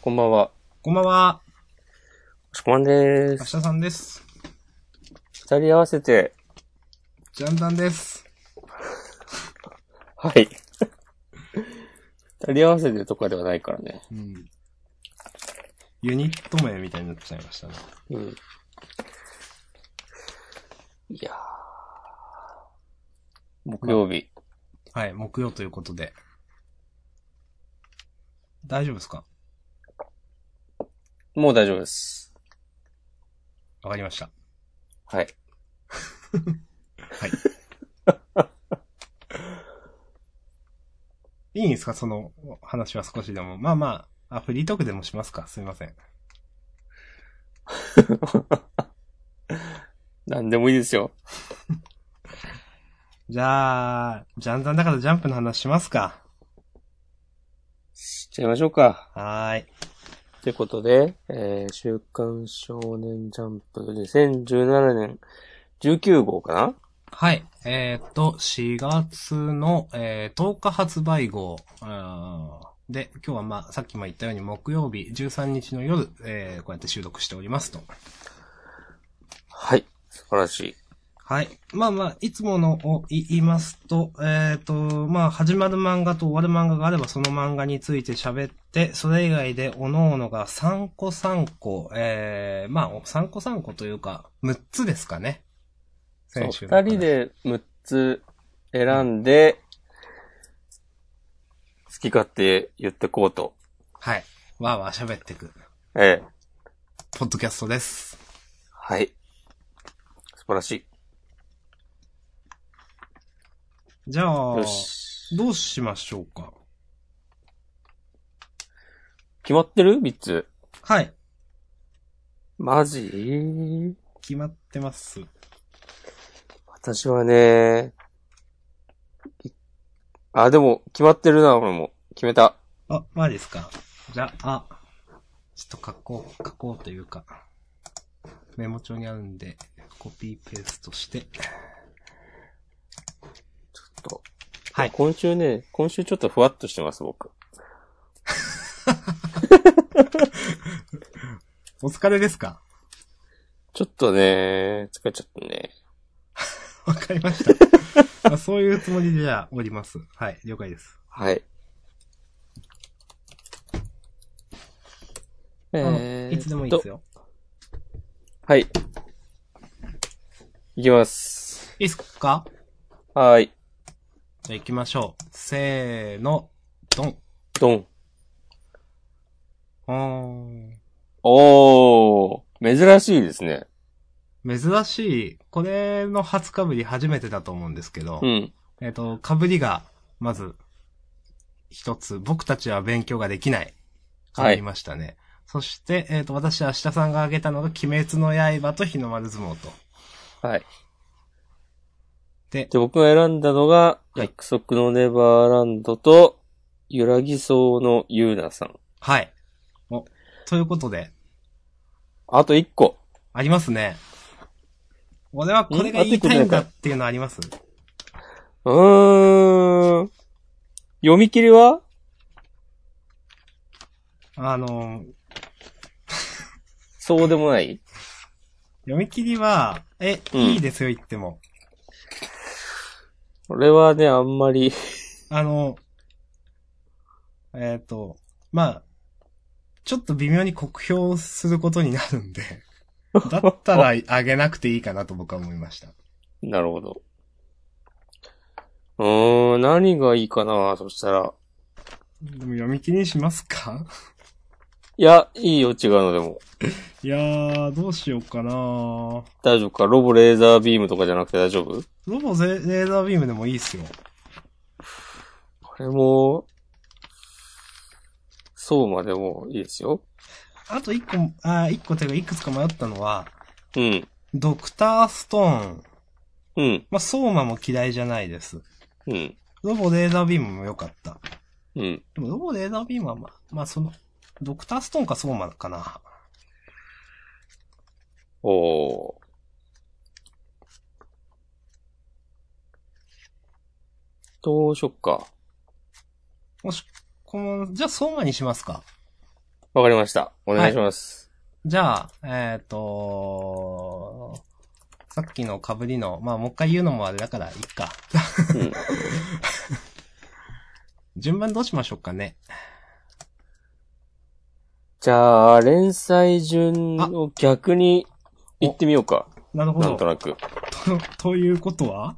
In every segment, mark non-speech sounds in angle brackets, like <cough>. こんばんは。こんばんは、おしこまんで明す。日さんです。二人合わせて、ジャンダンです。はい。 <laughs> 二人合わせてとかではないからね。うん。ユニット名みたいになっちゃいましたね。うん。いやー。木曜日。はい、木曜ということで。大丈夫ですかもう大丈夫です。わかりました。はい。はい。いいんですかその話は少しでも。まあまあ、あ、フリートークでもしますかすいません。何でもいいですよ。じゃあ、ジャンダンだからジャンプの話しますかしちゃいましょうか。はーい。ということで、えー、週刊少年ジャンプ2017年19号かなはい。えーっと、4月の、えー10日発売号。うんで、今日はまあ、さっきも言ったように木曜日13日の夜、えーこうやって収録しておりますと。はい。素晴らしい。はい。まあまあ、いつものを言いますと、えっ、と、まあ、始まる漫画と終わる漫画があれば、その漫画について喋って、それ以外で、おのおのが3個3個、えー、まあ、3個3個というか、6つですかね。そう、先週の二人。で6つ選んで、好き勝手言ってこうと。はい。わーわー喋ってく。ええ。ポッドキャストです。はい。素晴らしじゃい。あ、よし。どうしましょうか。決まってる ?3 つ。はい。マジ決まってます。私はね、いあ、でも、決まってるな、俺も。決めた。あ、マジですか。じゃあ、あちょっと書こう、書こうというか、メモ帳にあるんで、コピーペーストして。とはい今週ね、今週ちょっとふわっとしてます、僕。お疲れですかちょっとね、疲れちゃったね。わかりました。 <laughs> まあ、そういうつもりでじゃあ、おります。はい、了解です。はい。あのえーいつでもいいですよ。よ。はい。いきます。いいっすかはーい。じゃあ行きましょう。せーの、ドン。ドン。うーん。おー、珍しいですね。珍しい、これの初被り初めてだと思うんですけど、うん。えっ、と、かぶりが、まず、一つ、僕たちは勉強ができない。被りましたね。そして、えっ、と、私、明日さんが挙げたのが、鬼滅の刃と日の丸相撲と。はい。で、で、僕が選んだのが、はい約束のネバーランドと、揺らぎそうのゆうなさん。はい。お、ということで、あと1個。ありますね。俺はこれが言いたいんだっていうのありますうーん。読み切りはあの、そうでもない読み切りは、え、うんいいですよ、言っても。これはね、あんまり、あの、えっ、と、まあ、ちょっと微妙に酷評することになるんで、 <laughs> だったらあげなくていいかなと僕は思いました。なるほど。うーん、何がいいかなそしたら。でも読み切りにしますかいや、いいよ、違うのでも。いやー、どうしようかなロ大丈夫かロボレーザービームとかじゃなくて大丈夫ボゼレーザービームでもいいっすよ。これも、そうまでもいいですよ。あと一個、あー一個ていうかいくつか迷ったのは、うん。ドクターストーン。うん。まあ、ソーマも嫌いじゃないです。うん。ロボレーザービームも良かった。うん。でも、ロボレーダービームは、まあ、まあ、その、ドクターストーンかソーマかな。おー。どうしよっか。もし、この、じゃあソーマにしますか。わかりました。お願いします。じゃあ、えっ、とさっきの被りの、まあ、もう一回言うのもあれだから、いっか。うん順番どうしましょうかね。じゃあ、連載順を逆に行ってみようか。なるほなんど。ととなく。という <laughs> ことは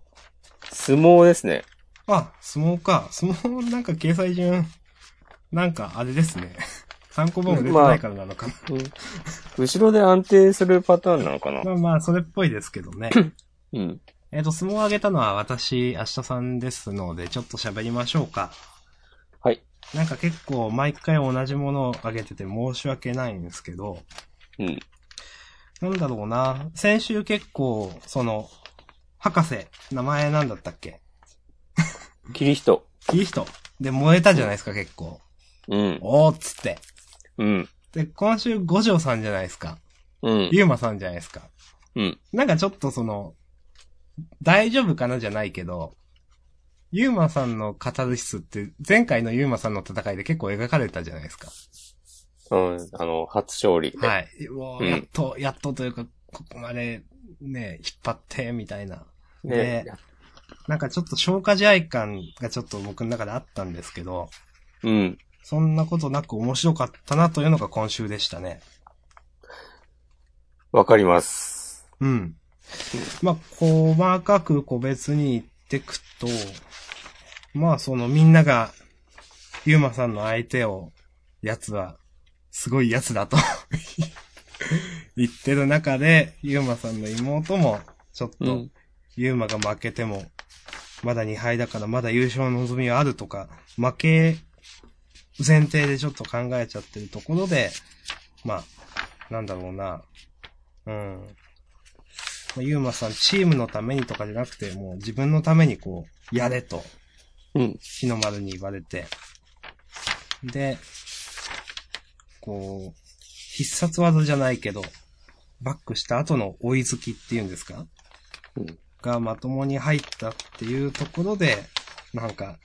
相撲ですね。あ、相撲か。相撲なんか掲載順、なんかあれですね。 <laughs> 参考本売れてないからなのかな。後ろで安定するパターンなのかなまあまあ、それっぽいですけど <laughs> ね。うん。えっと、相撲を上げたのは私、明日さんですので、ちょっと喋りましょうか。はい。なんか結構毎回同じものを上げてて申し訳ないんですけど、うん。なんだろうな。先週結構、その、博士、名前なんだったっけキリヒト。いい人。で、燃えたじゃないですか、結構。うん。おーっつって。うん。で、今週、五条さんじゃないですか。うん。ゆうまさんじゃないですか。うん。なんかちょっとその、大丈夫かなじゃないけど、ユーマさんのカタルシスって、前回のユーマさんの戦いで結構描かれたじゃないですか。うん。あの、初勝利。はい。うおうーんやっと、やっとというか、ここまで、ね、引っ張って、みたいな。ねで。なんかちょっと消化試合感がちょっと僕の中であったんですけど、うん。そんなことなく面白かったなというのが今週でしたね。わかります。うん。まあ、細かく個別に言ってくと、まあ、そのみんなが、ゆうまさんの相手を、やつは、すごいやつだと、言ってる中で、ゆうまさんの妹も、ちょっと、うん。ユーマが負けても、まだ2敗だからまだ優勝の望みはあるとか、負け前提でちょっと考えちゃってるところで、まあ、なんだろうな、うん。まあユーマさん、チームのためにとかじゃなくて、もう自分のためにこう、やれと、うん。日の丸に言われて、で、こう、必殺技じゃないけど、バックした後の追い付きっていうんですかうんがまともに入ったっていうところで、なんか、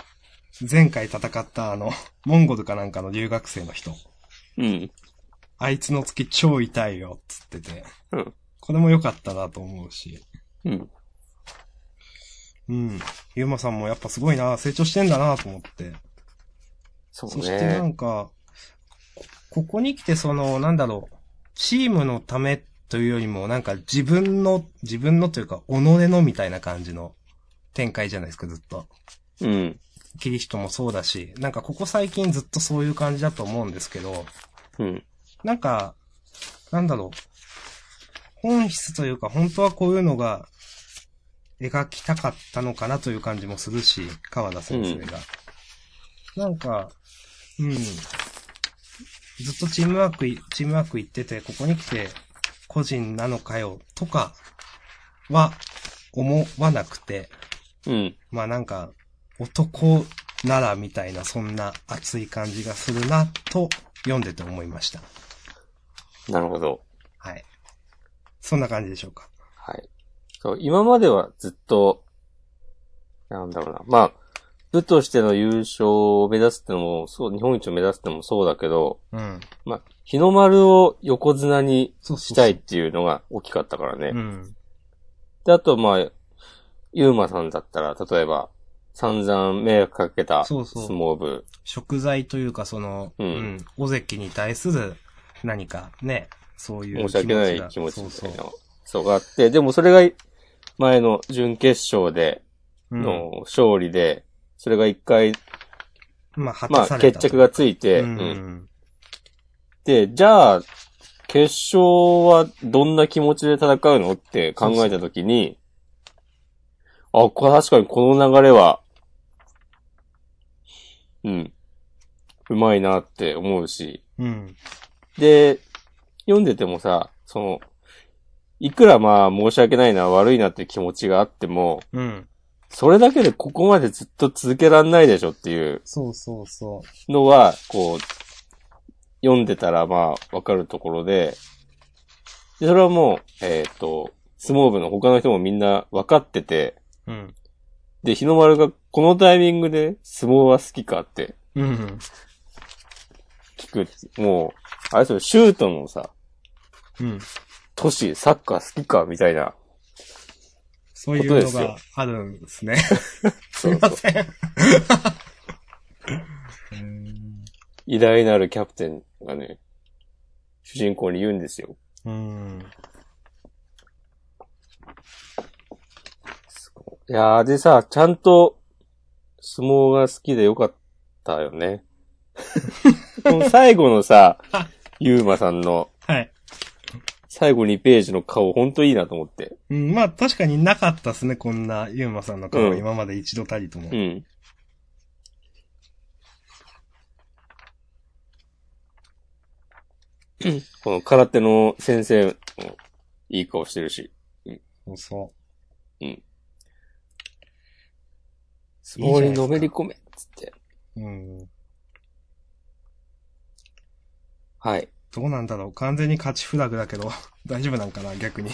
前回戦ったあの、モンゴルかなんかの留学生の人、うん。あいつの月超痛いよ、つってて、うんこれも良かったなと思うし、うん。うん。ゆうまさんもやっぱすごいな、成長してんだなと思って、そうそしてなね。んか、こここに来てその、なんだろう、チームのためというよりも、なんか自分の、自分のというか、己のみたいな感じの展開じゃないですか、ずっと。うん。キリヒトもそうだし、なんかここ最近ずっとそういう感じだと思うんですけど、うん。なんか、なんだろう。本質というか、本当はこういうのが描きたかったのかなという感じもするし、川田先生が。なんか、うん。ずっとチームワークい、チームワーク行ってて、ここに来て、個人なのかよ、とか、は、思わなくて、うん。まあなんか、男ならみたいな、そんな熱い感じがするな、と、読んでて思いました。なるほど。はい。そんな感じでしょうか。はい。そう、今まではずっと、なんだろうな。まあ、部としての優勝を目指すってのも、そう、日本一を目指すってのもそうだけど、うん。まあ、日の丸を横綱にそうし。たいっていうのが大きかったからね。うん。で、あと、まあ、ゆうまさんだったら、例えば、散々迷惑かけた相そうそう撲部。食材というか、その、う、うんん尾関に対する何かね、そうい申うし訳ないが気持ちみたそういなそう。そうがあって、でもそれが前の準決勝でうん、の勝利で、それが一回、まあ、果またあされ決た。着がついて、ううんん。で、じゃあ、決勝はどんな気持ちで戦うのって考えたときに、あ、これ確かにこの流れは、うん、うまいなって思うし、うん。で、読んでてもさ、その、いくらまあ申し訳ないな、悪いなっていう気持ちがあっても、うん。それだけでここまでずっと続けらんないでしょっていうそうそうそのは、こう、読んでたらまあわかるところで、で、それはもう、えっ、と、相撲部の他の人もみんなわかってて、う。うん。で、日の丸がこのタイミングで相撲は好きかってうん。聞くってもう、あれですよ、シュートのさ、うん。都市、サッカー好きかみたいな。そういうことのですよがあるんですね。そ <laughs> すいうまそう。せん。 <laughs> 偉大なるキャプテンがね、主人公に言うんですよ。うん。いやー、でさ、ちゃんと、相撲が好きでよかったよね。この最後のさ、ゆうまさんの、はい。最後2ページの顔、ほんといいなと思って。うん、まあ確かになかったですね、こんなユーマさんの顔、うん今まで一度たりとも。うん。この空手の先生もいい顔してるし、そうそ相撲にのめり込めっつって。う。うん。はい。どうなんだろう完全に勝ちフラグだけど、 <laughs> 大丈夫なんかな逆に。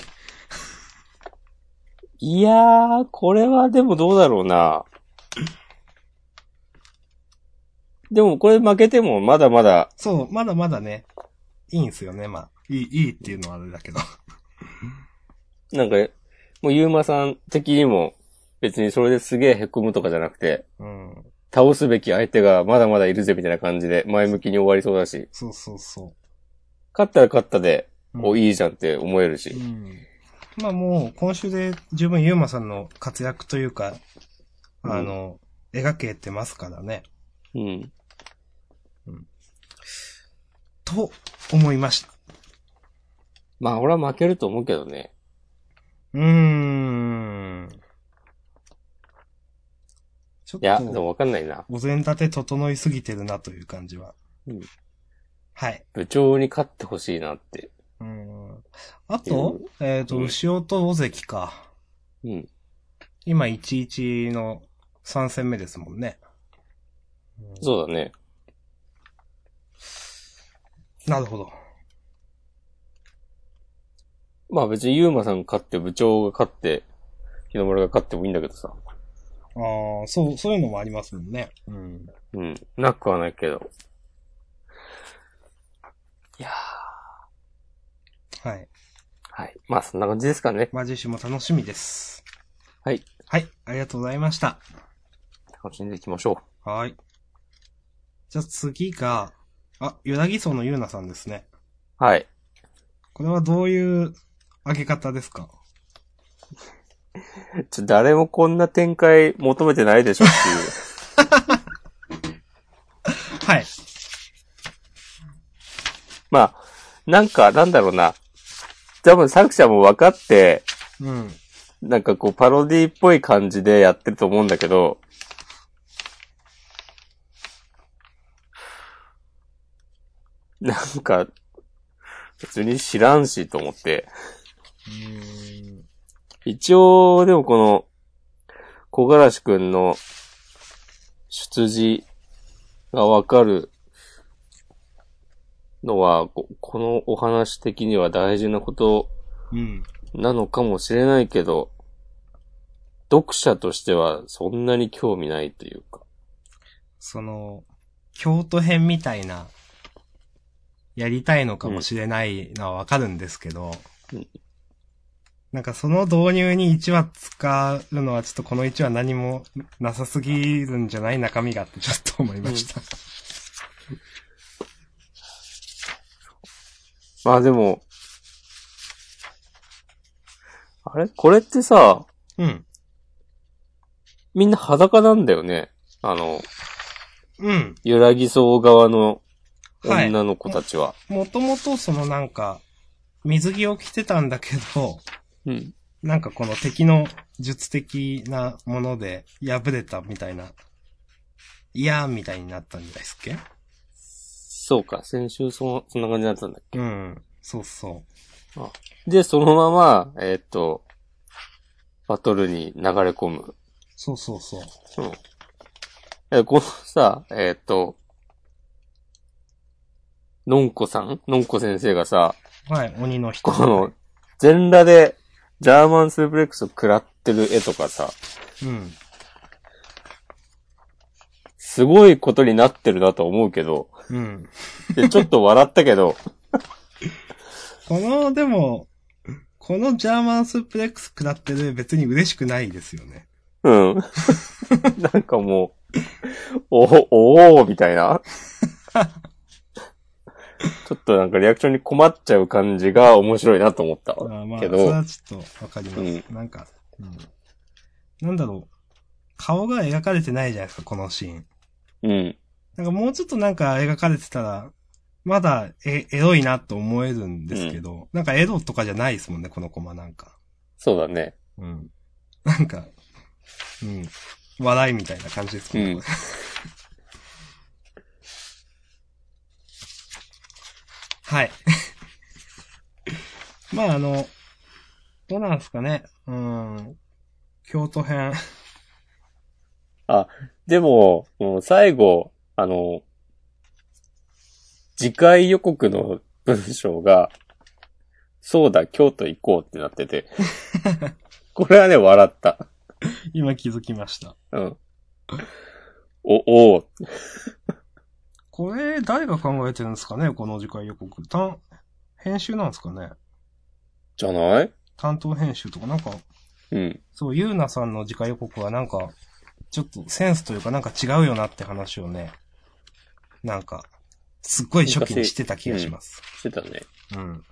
いやー、これはでもどうだろうな。でもこれ負けてもまだまだ、そう、まだまだね、いいんすよね、まあ。いい、いいっていうのはあれだけど。 <laughs> なんか、もうゆうまさん的にも別にそれですげえ凹むとかじゃなくて、うん。倒すべき相手がまだまだいるぜみたいな感じで前向きに終わりそうだし、そうそうそ勝ったら勝ったで、う。うんお、いいじゃんって思えるうし。ん。まあもう、今週で十分ユーマさんの活躍というか、うんあの、描けてますからね。うん。と、思いました。まあ俺は負けると思うけどね。うーん。ちょいや、っでと、もわかんないな。お膳立て整いすぎてるなという感じは。うんはい。部長に勝ってほしいなって。うん。あと、えっ、と、うん牛尾と尾関か。うん。今、11の3戦目ですもんね。そうだね。なるほど。まあ別にユーマさんが勝って、部長が勝って、日の丸が勝ってもいいんだけどさ。ああ、そう、そういうのもありますもんね。うん。うん。なくはないけど。いやーはい。はい。まあそんな感じですかね。まあ、次週も楽しみです。はい。はい、ありがとうございました。楽しんでいきましょはい。じゃあ次が、あ、ゆらぎそうのゆうなさんですね。う。はい。これはどういう上げ方ですかちょ、誰もこんな展開求めてないでしょっていう。 <laughs> はい。まあ、なんか、なんだろうな。多分作者も分かって、うん。なんかこうパロディっぽい感じでやってると思うんだけど、なんか、別に知らんしと思って。一応、でもこの、小柄しくんの出自がわかるのはこ、このお話的には大事なことうん。なのかもしれないけど、読者としてはそんなに興味ないというか。その、京都編みたいな、やりたいのかもしれないのはわかるんですけど、うんなんかその導入に1話使うのはちょっとこの1話何もなさすぎるんじゃない中身がってちょっと思いました。まあでも、あれこれってさ、うん。みんな裸なんだよね。あの、うん。揺らぎそう側のはい女の子たちは。もともとそのなんか、水着を着てたんだけど、うん。なんかこの敵の術的なもので破れたみたいな、いやーみたいになったんじゃないですっけそうか、先週そそんな感じだったんだっうん。そうそけ。で、そのまま、えーっと、バトルに流れ込む。う。そうそうそう。うん。え、このさ、えーっと、のんこさんのんこ先生がさ、はい、鬼の人。この、全裸で、ジャーマンスープレックスを食らってる絵とかさ、うん。すごいことになってるなとは思うけど、うん。で、ちょっと笑ったけ <laughs> ど、この、でも、このジャーマンスープレックス食らってる別に嬉しくないですよね。 <laughs> うん。なんかもう、お、おー、みたいな。ちょっとなんかリアクションに困っちゃう感じが面白いなと思ったあーまあ、けそれど、はちょっとわかります。なんか、うん、なんだろう。顔が描かれてないじゃないですか、このシーン。うん。なんかもうちょっとなんか描かれてたら、まだエエロいなと思えるんですけど、なんかエロとかじゃないですもんね、このコマなんか。そうだね。うん。なんか、うん。笑いみたいな感じですもんね。うんこれ <laughs> はい。 <laughs> まああの、どうなんですかね。うん。京都編。でも、もう最後、あの、次回予告の文章が、そうだ、京都行こうってなってて。これはね、笑った。今気づきました。うん。お、おーこれ、誰が考えてるんですかねこの次回予告。単、編集なんですかねじゃない担当編集とか、なんか、うん。そう、ゆうなさんの次回予告はなんか、ちょっとセンスというかなんか違うよなって話をね、なんか、すっごい初期にしてた気がします。してたね。うん。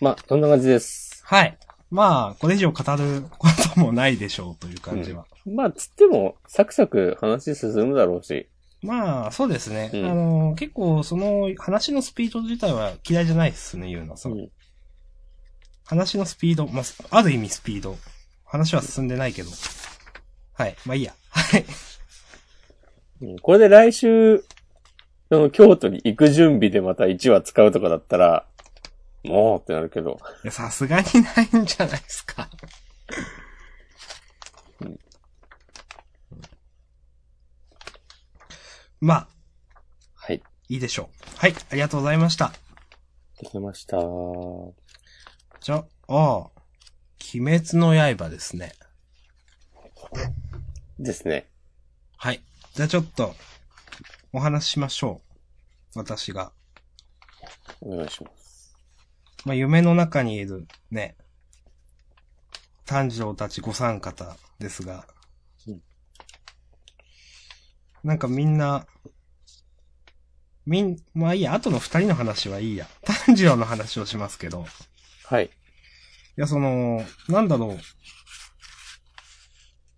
まあ、そんな感じです。はい。まあ、これ以上語ることもないでしょうという感じは。まあ、つっても、サクサク話進むだろうし。まあ、そうですね。うんあの、結構その話のスピード自体は嫌いじゃないですね、ゆうなさん。うん話のスピード、まあ、ある意味スピード。話は進んでないけど。はい。まあいいや。はい。うんこれで来週、その京都に行く準備でまた1話使うとかだったら、もうってなるけど。いや、さすがにないんじゃないですか。まあ、はい。いいでしょう。はい、ありがとうございました。できました。はじゃあ、ああ、鬼滅の刃ですね。い。ですね。はい。じゃあちょっと、お話ししましょう。私が。お願いします。まあ、夢の中にいる、ね、炭治郎たち五三方ですがうん、なんかみんな、みん、まあいいや、後の二人の話はいいや。炭治郎の話をしますけど、いはい。や、その、なんだろう。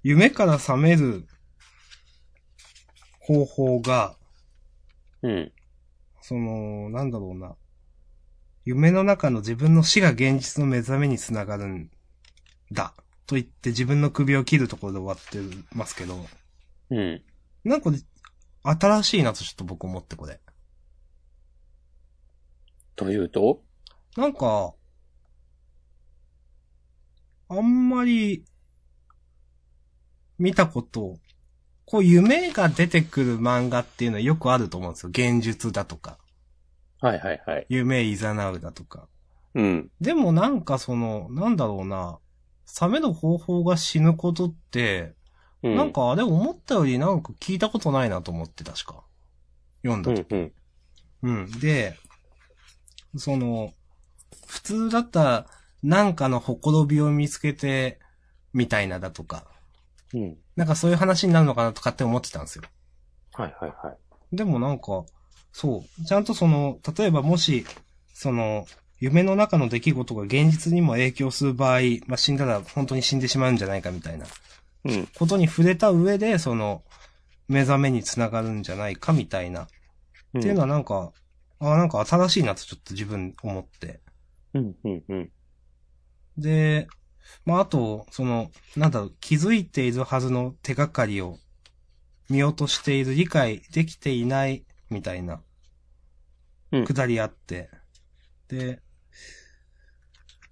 夢から覚める方法が、うん。その、なんだろうな。夢の中の自分の死が現実の目覚めにつながるんだ。と言って自分の首を切るところで終わってますけど、うん。なんかこれ、新しいなとちょっと僕思ってこれ。というとなんか、あんまり、見たこと、こう夢が出てくる漫画っていうのはよくあると思うんですよ。現実だとか、はいはいはい。夢いざなうだとか。うん。でもなんかその、なんだろうな、冷める方法が死ぬことって、うなん、かあれ思ったよりなんか聞いたことないなと思って確か。読んうだと。んうん。うん、で、その、普通だったらなんかのほころびを見つけて、みたいなだとか、うん。なんかそういう話になるのかなとかって思ってたんですよ。はいはいはい。でもなんか、そう、ちゃんとその、例えばもし、その、夢の中の出来事が現実にも影響する場合、まあ、死んだら本当に死んでしまうんじゃないかみたいなうん。ことに触れた上で、その、目覚めにつながるんじゃないかみたいな。っていうのはなんか、ああ、なんか新しいなとちょっと自分思って。うんうんうん。で、まあ、あと、その、なんだろう、気づいているはずの手がかりを見落としている、理解できていない、みたいなうん、くだりあって、で、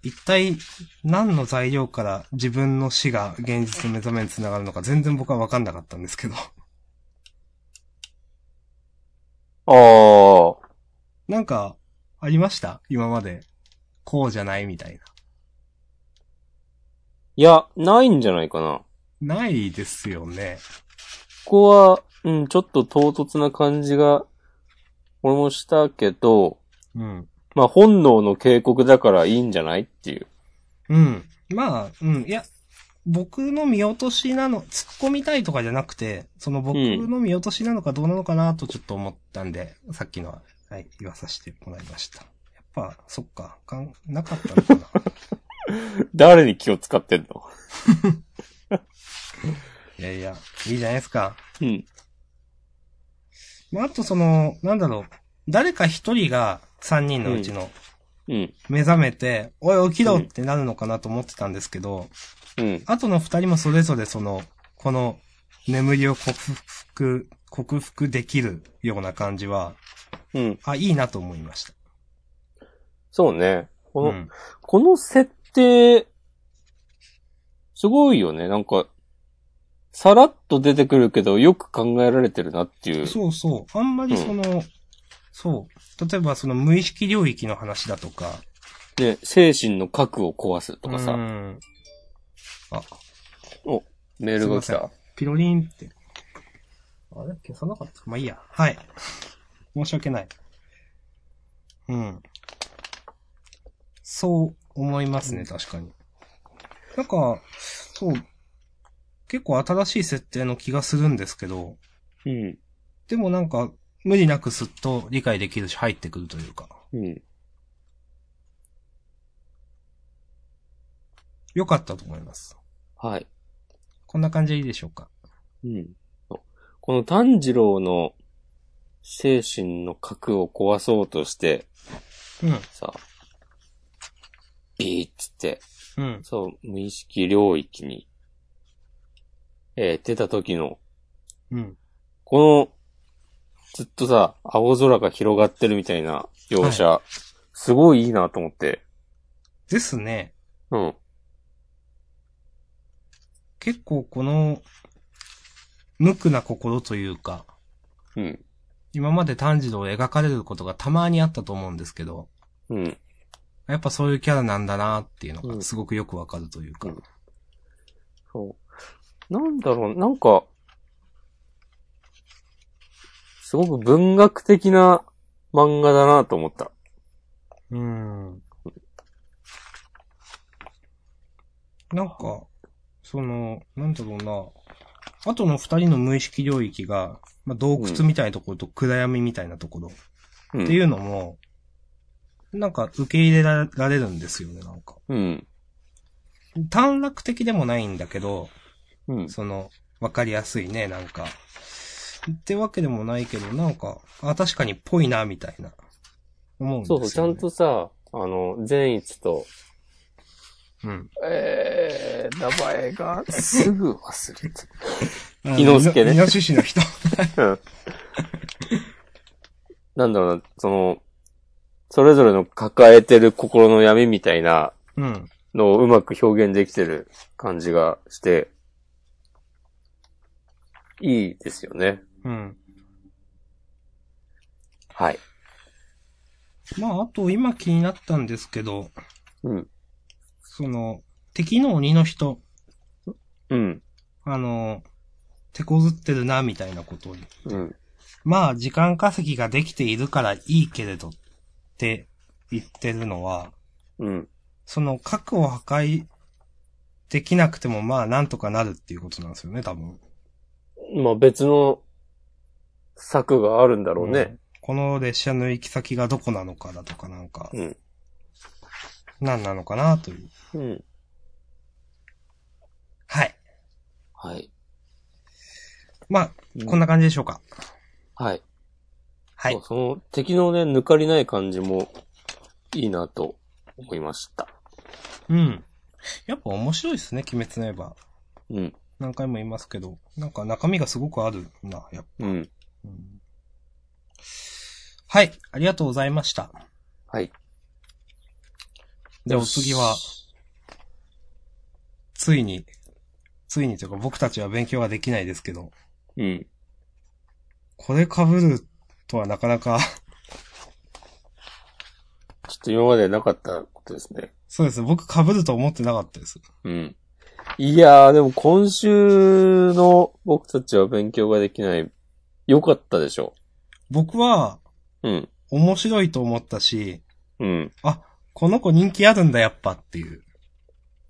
一体何の材料から自分の死が現実の目覚めにつながるのか全然僕は分かんなかったんですけど、 <laughs> ああ。なんか、ありました今まで。こうじゃないみたいいや、ないんじゃないかな。な。ないですよね。ここは、うん、ちょっと唐突な感じが、俺もしたけど、うん。まあ本能の警告だからいいんじゃないっていう。 <laughs> うん。まあ、うん。いや、僕の見落としなの、突っ込みたいとかじゃなくて、その僕うんの見落としなのかどうなのかなとちょっと思ったんで、さっきのは、はい、言わさせてもらいました。やっぱ、そっか、かん、なかったのかな。 <laughs> 誰に気を使ってんのいやいや、いいじゃないですか。うん。まあ、あとその、なんだろう、誰か一人が三人のうちのうん。目覚めて、おい起きろってなるのかなと思ってたんですけど、うん。あとの二人もそれぞれその、この眠りを克服、克服できるような感じは、うん。あ、いいなと思いました。そうね。この、うん。この設定、すごいよね。なんか、さらっと出てくるけど、よく考えられてるなっていう。そうそう。あんまりその、そう。例えばその無意識領域の話だとか。ね、精神の核を壊すとかさ、うんあ、メールが来すいまた。ピロリンって。あれ消さなかったまあいいや。はい。申し訳ない。うん。そう思いますね、確かに。なんか、そう、結構新しい設定の気がするんですけど、うん。でもなんか、無理なくすっと理解できるし入ってくるというか、うん。良かったと思います。はい。こんな感じでいいでしょうか。うん。この炭治郎の精神の核を壊そうとして、うさ、ビーっつって、ん。うん。そう、無意識領域に、えー出た時の、うん。この、ずっとさ、青空が広がってるみたいな描写、すごいいいなと思って。ですね。うん。結構この、無垢な心というか、うん。今まで炭治郎を描かれることがたまにあったと思うんですけど、うん。やっぱそういうキャラなんだなっていうのうがんすごくよくわかるというか。うんそう。なんだろう、なんか、すごく文学的な漫画だなと思った。うん。なんか、その、なんだろうな、後の二人の無意識領域が、まあ、洞窟みたいなところと暗闇みたいなところうん。っていうのも、なんか受け入れられるんですよね、なんか。うん。短絡的でもないんだけど、うん。その、わかりやすいね、なんか。ってわけでもないけど、なんか、あ、確かにぽいな、みたいな。思うんですそよ、うそね。う、ちゃんと。さ、あの、善逸と、うん。えー、名前がすぐ忘れて伊之助ねイノシシの人。 <laughs> うんなんだろうな、その、それぞれの抱えてる心の闇みたいなうん。のをうまく表現できてる感じがして、いいですよね。うん。はい。まあ、あと、今気になったんですけど、うん。その、敵の鬼の人、うん。あの、手こずってるな、みたいなことに。うん。まあ、時間稼ぎができているからいいけれど、って言ってるのは、うん。その核を破壊できなくてもまあなんとかなるっていうことなんですよね、多分。まあ別の策があるんだろうね。この列車の行き先がどこなのかだとかなんか、うん。何なのかなという。うん。はい。はい。まあ、こんな。な感じでしょうか。はい。はいそう。その敵のね、抜かりない感じもいいなと思いました。うん。やっぱ面白いですね、鬼滅の刃。うん。何回も言いますけど、なんか中身がすごくあるな、やっうぱ。ん。うんはい、ありがとうございました。はい。で、お次は、ついに、ついにというか僕たちは勉強はできないですけど、うん。これ被るとはなかなか、 <laughs> ちょっと今までなかったことですね。そうです。僕被ると思ってなかったです。うん。いやー、でも今週の僕たちは勉強ができない良かったでしょ。僕はうん。面白いと思ったし、うん。あ、この子人気あるんだやっぱっていう。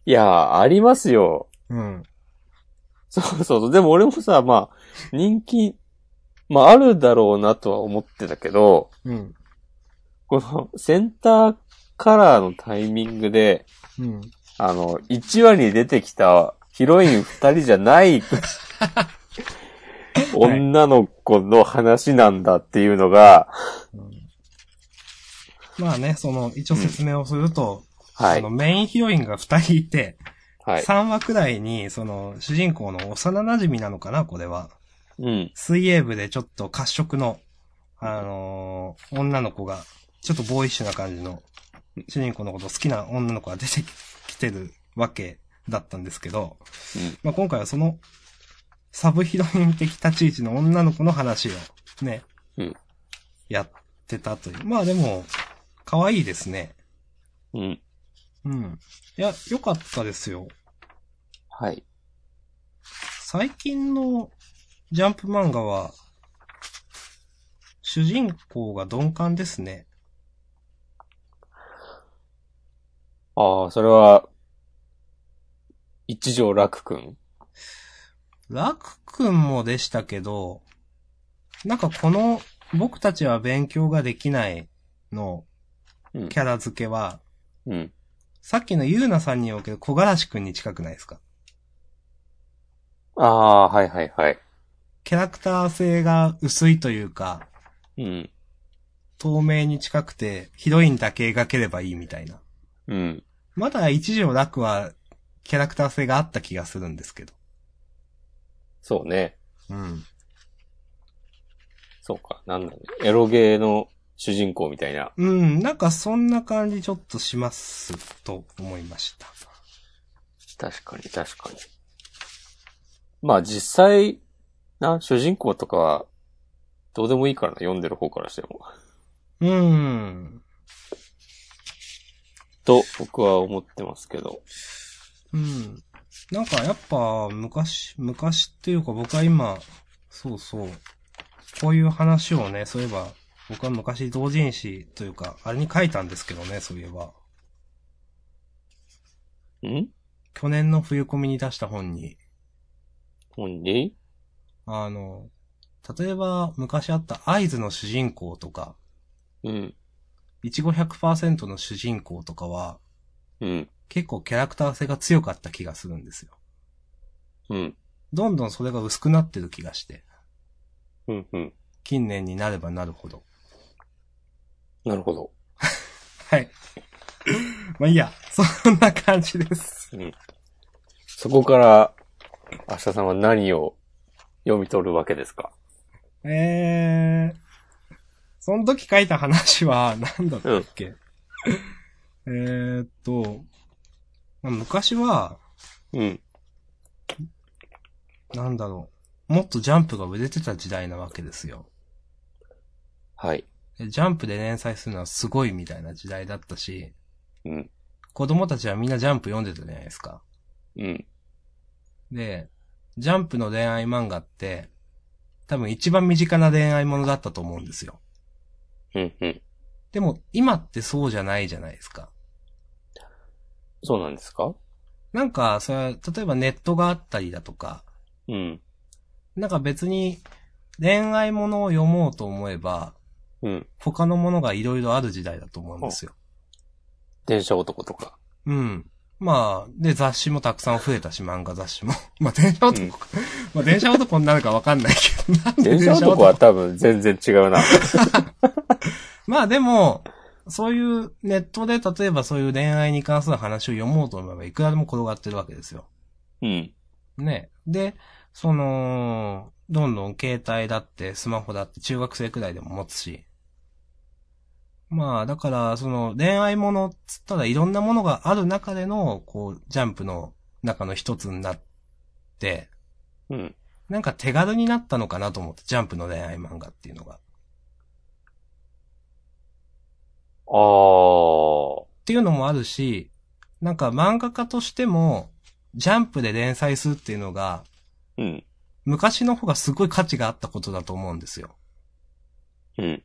いやー、ありますよ。 <laughs> うん。そうそうそう。でも俺もさ、まあ、人気、まああるだろうなとは思ってたけど、うん。このセンターカラーのタイミングで、うん。あの、1話に出てきたヒロイン2人じゃない <laughs> 女の子の話なんだっていうのが、まあね、その、一応説明をすると、はあいの。メインヒロインが2人いて、はい。 3話くらいに、その、主人公の幼馴染なのかな、これは。うん。水泳部でちょっと褐色の、あのー女の子が、ちょっとボーイッシュな感じの、主人公のこと好きな女の子が出てきてるわけだったんですけど、うんまあ今回はその、サブヒロイン的立ち位置の女の子の話を、ね、うんやってたという。まあでも、可愛いですね。うん。うん。いや、良かったですよ。はい。最近のジャンプ漫画は、主人公が鈍感ですね。ああ、それは、一条楽くん。楽くんもでしたけど、なんかこの僕たちは勉強ができないのうんキャラ付けは、うん。さっきのゆうなさんにおける小柄しくんに近くないですかああ、はいはいはい。キャラクター性が薄いというか、うん。透明に近くてヒロインだけ描ければいいみたいな。うん。まだ一条楽はキャラクター性があった気がするんですけど。そうね。うん。そうか。なんだろう。エロゲーの主人公みたいな。うん、なんかそんな感じちょっとしますと思いました。確かに、確かに。まあ実際、な、主人公とかは、どうでもいいからな、読んでる方からしても。うん。と、僕は思ってますけど。うん。なんかやっぱ昔、昔っていうか僕は今、そうそう。こういう話をね、そういえば、僕は昔同人誌というか、あれに書いたんですけどね、そういえば。ん去年の冬コミに出した本に、ほんにあの、例えば昔あった合図の主人公とか、うん。いちご100%の主人公とかは、うん。結構キャラクター性が強かった気がするんですよ。うん。どんどんそれが薄くなってる気がして、うん。うん。近年になればなるほど。なるほど。はい。 <laughs> まあいいや、そんな感じです。そこから、明日さんは何を読み取るわけですかえー、その時書いた話は何だったっけ、えーっと、まあ昔は、うん。なんだろう、もっとジャンプが売れてた時代なわけですよ。はい。でジャンプで連載するのはすごいみたいな時代だったし、うん。子供たちはみんなジャンプ読んでたじゃないですか。うん。で、ジャンプの恋愛漫画って、多分一番身近な恋愛ものだったと思うんですよ。うん。うん。でも、今ってそうじゃないじゃないですか。そうなんですかなんか、それは、例えばネットがあったりだとか、うん。なんか別に、恋愛ものを読もうと思えば、うん。他のものが色々ある時代だと思うんですよ。電車男とか。うん。まあ、で、雑誌もたくさん増えたし、漫画雑誌も。 <laughs> まあ、電車男、 <laughs> うんまあ、電車男になるかわかんないけど。なんで電車男は多分全然違うな。まあでも、そういうネットで例えばそういう恋愛に関する話を読もうと思えばいくらでも転がってるわけですよ。 <laughs> うん。ね。で、その、どんどん携帯だってスマホだって中学生くらいでも持つし。まあだから、その恋愛ものっつったらいろんなものがある中での、こう、ジャンプの中の一つになって、うん。なんか手軽になったのかなと思って、ジャンプの恋愛漫画っていうのが。ああ。っていうのもあるし、なんか漫画家としても、ジャンプで連載するっていうのが、うん。昔の方がすごい価値があったことだと思うんですよ。うん。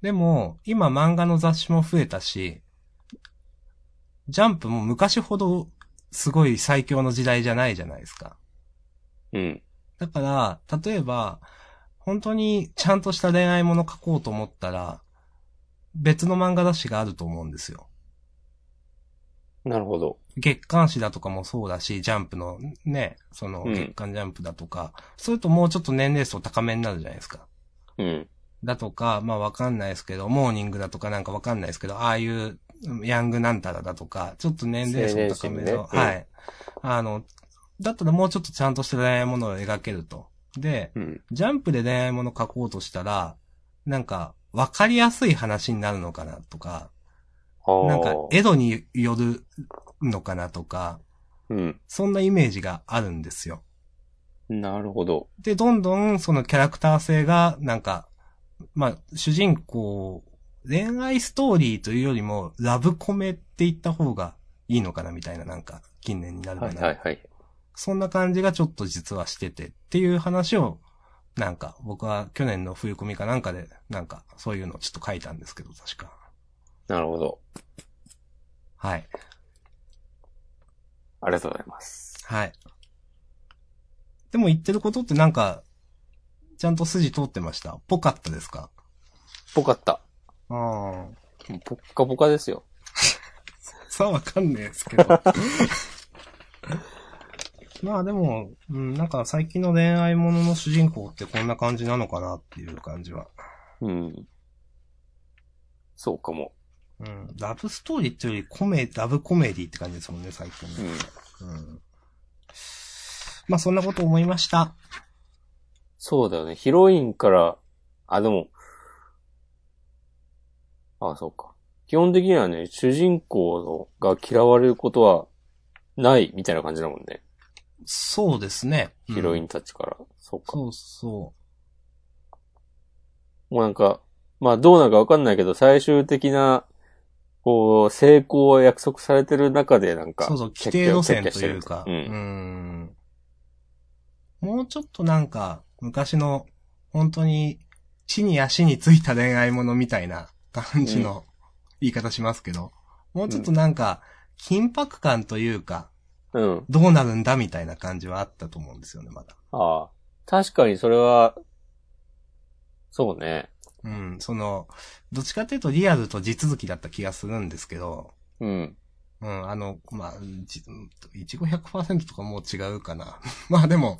でも、今漫画の雑誌も増えたし、ジャンプも昔ほどすごい最強の時代じゃないじゃないですか。うん。だから、例えば、本当にちゃんとした恋愛もの書こうと思ったら、別の漫画雑誌があると思うんですよ。なるほど。月刊誌だとかもそうだし、ジャンプのね、そのうん月刊ジャンプだとか、それともうちょっと年齢層高めになるじゃないですか。うん。だとか、まあわかんないですけど、モーニングだとかなんかわかんないですけど、ああいうヤングなんたらだとか、ちょっと年齢層高めの、青年誌ねうんはい。あの、だったらもうちょっとちゃんとした恋愛ものを描けると。で、うん。ジャンプで恋愛もの書こうとしたら、なんか、わかりやすい話になるのかなとか、ああ。なんか、エドによるのかなとか、うん。そんなイメージがあるんですよ。なるほど。で、どんどんそのキャラクター性が、なんか、まあ、主人公、恋愛ストーリーというよりも、ラブコメって言った方がいいのかなみたいな、なんか、近年になるかはいな。はいはい。そんな感じがちょっと実はしててっていう話を、なんか、僕は去年の冬コミかなんかで、なんか、そういうのをちょっと書いたんですけど、確か。なるほど。はい。ありがとうございます。はい。でも言ってることってなんか、ちゃんと筋通ってました。ぽかったですかぽかった。ああ。ぽっかぽかですよ。さあわかんねえですけど。 <laughs> まあでも、うん、なんか最近の恋愛ものの主人公ってこんな感じなのかなっていう感じは。うん。そうかも。うん。ラブストーリーっていうよりコメ、ラブコメディって感じですもんね、最近うね。ん。うん。まあそんなこと思いました。そうだよね。ヒロインから、あ、でも、あ、そうか。基本的にはね、主人公のが嫌われることはないみたいな感じだもんね。そうですね。ヒロイン。ンたちから。そうか。そうそもうなんか、まあどうなるかわかんないけど、最終的な、こう、成功を約束されてる中でなんう。か、そうそう、規定路線決定としているうか。う。うんん。もうちょっとなんか、昔の、本当に、地に足についた恋愛ものみたいな感じの言い方しますけど、もうちょっとなんか、緊迫感というか、うん。どうなるんだみたいな感じはあったと思うんですよね、まだ。ああ。確かにそれは、そうね。うん、その、どっちかっていうとリアルと地続きだった気がするんですけど、うん。うん、あの、まあ、じいちご100%とかもう違うかな。 <laughs> まあでも、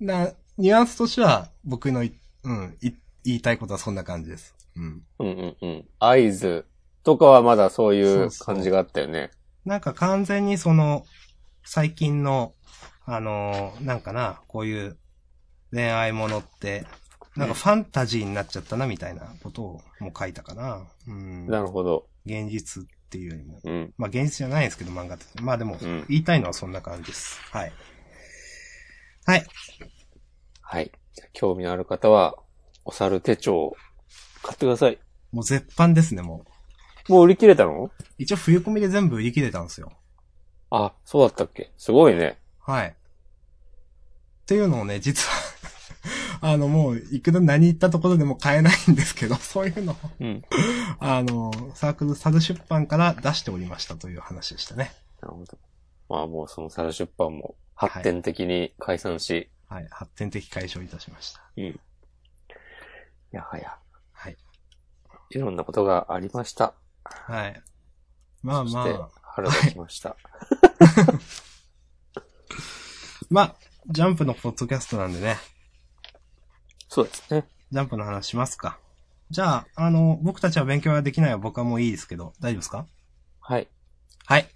な、ニュアンスとしては、僕のい、うん、い、言いたいことはそんな感じです。うん。うんうんうん。合図とかはまだそういうそうそう感じがあったよね。なんか完全にその、最近の、あのーなんかな、こういう恋愛ものって、なんかファンタジーになっちゃったな、みたいなことをも書いたかな。うん。なるほど。現実っていうよりも。うん。まあ現実じゃないですけど、漫画って。まあでもう、ん。言いたいのはそんな感じです。はい。はい。はい。興味のある方は、お猿手帳を買ってください。もう絶版ですね、もう。もう売り切れたの一応冬込みで全部売り切れたんですよ。あ、そうだったっけすごいね。はい。っていうのをね、実は、 <laughs> あの、もう、いくら何言ったところでも買えないんですけど、 <laughs> そういうのを、うん。あの、サークルサル出版から出しておりましたという話でしたね。なるほど。まあもうその猿出版も発展的に解散し、はい。発展的解消いたしました。やはや、はい。いろんなことがありました。はい。まあそましてあ、、腹がきました。まあ、ジャンプのポッドキャストなんでね、 <laughs> そうですね。ジャンプの話しますか。じゃあ、あの、僕たちは勉強はできないは僕はもういいですけど、大丈夫ですかはい。はい。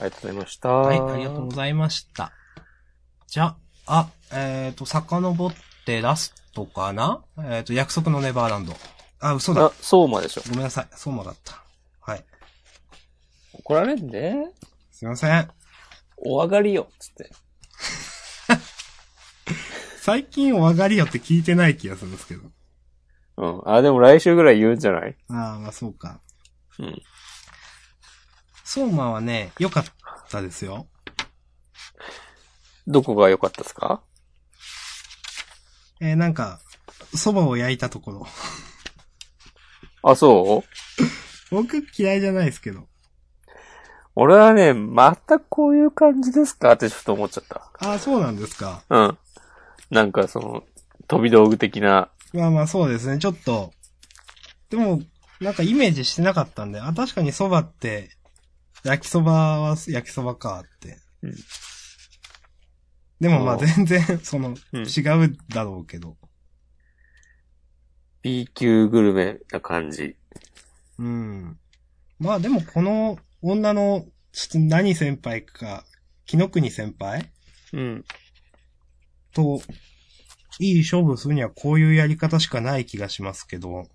ありがとうございました。はい、ありがとうございました。じゃあ、あ、えっ、と、遡ってラストかなえっ、と、約束のネバーランド。あ、嘘だ。あ、そうまでしょ。ごめんなさい。そうまだった。はい。怒られんで、すいません。お上がりよ、つって。最近お上がりよって聞いてない気がするんですけど。うん。あ、でも来週ぐらい言うんじゃないああ、まあそうか。うん。そうまはね、良かったですよ。どこが良かったですかえーなんか、蕎麦を焼いたところ。あ、そう僕嫌いじゃないですけど。俺はね、またこういう感じですかってちょっと思っちゃった。ああ、そうなんですか。うん。なんかその、飛び道具的な。まあまあそうですね、ちょっと。でも、なんかイメージしてなかったんで、あ、確かに蕎麦って、焼き蕎麦は焼き蕎麦かって。うんでもまあおう全然、その、うん違うだろうけど。 B 級グルメな感じ。うん。まあでもこの女の、ちょっと何先輩か、木の国先輩うん。と、いい勝負するにはこういうやり方しかない気がしますけど。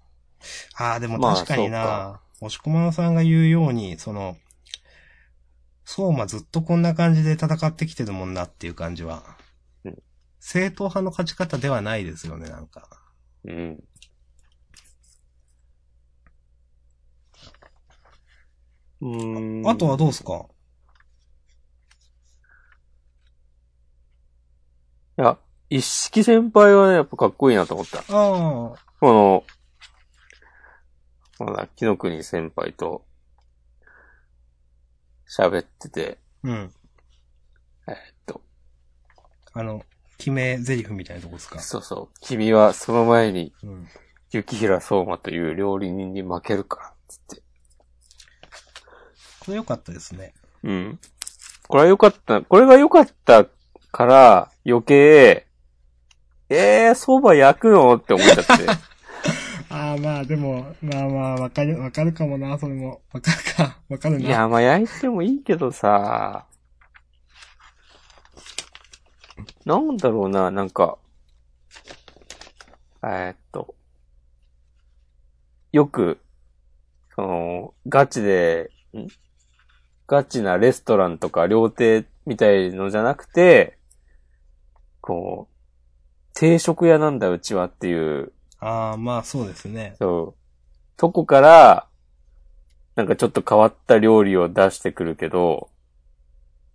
ああ、でもまあ確かにな、そう押し込まさんが言うように、その、そうまずっとこんな感じで戦ってきてるもんなっていう感じはうん。正統派の勝ち方ではないですよね、なんか。うん。うーん。あとはどうですかいや、一式先輩はね、やっぱかっこいいなと思った。ああ、この、まだ、木の国先輩と、喋ってて、うん。えーっと、あの、決め台詞みたいなとこですか。そうそう、君はその前に、うん。雪平相馬という料理人に負けるから、つって。これ良かったですね。うん。これは良かった、これが良かったから、余計、えー、相場焼くのって思っちゃって。ああ、まあでも、まあまあ、わかる、わかるかもな、それも。わかるか、わかるいや、まあ焼いてもいいけどさ、なんだろうな、なんか、えーっと、よく、その、ガチで、んガチなレストランとか料亭みたいのじゃなくて、こう、定食屋なんだ、うちはっていう、ああ、まあそうですね。そう。とこから、なんかちょっと変わった料理を出してくるけど、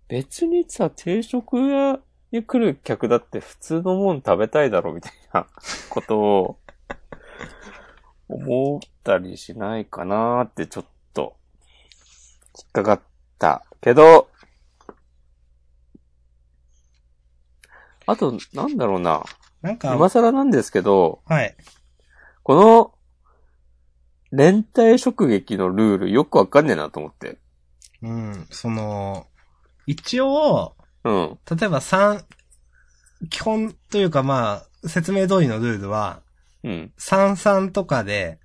別にさ、定食屋に来る客だって普通のもん食べたいだろみたいなことを思ったりしないかなーってちょっと引っかかったけど、あと、なんだろうな。なんか、今更なんですけど、はい。この、連帯職撃のルールよくわかんねえなと思って。うん、その、一応、うん。例えば三、基本というかまあ、説明通りのルールは、うん。三三とかで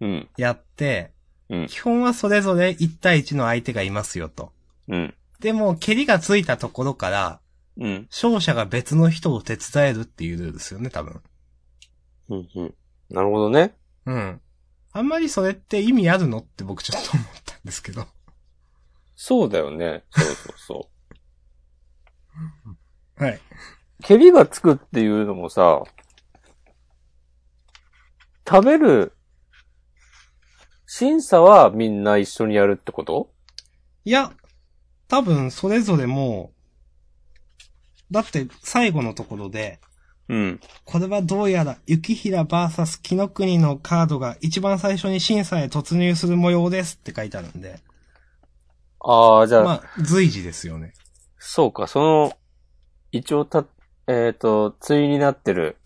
うん。やって、うん基本はそれぞれ1対1の相手がいますよと。うん。でも、蹴りがついたところから、うん。勝者が別の人を手伝えるっていうルールですよね、多分。うん。うん。なるほどね。うん。あんまりそれって意味あるのって僕ちょっと思ったんですけど。そうだよね。そうそうそはい。う。 <laughs> 蹴りがつくっていうのもさ、食べる審査はみんな一緒にやるってこといや、多分それぞれもう、だって最後のところで、うん。これはどうやら、雪平 VS 木の国のカードが一番最初に審査へ突入する模様ですって書いてあるんで。ああ、じゃあ、まあ、随時ですよね。そうか、その、一応た、えっ、と、対になってる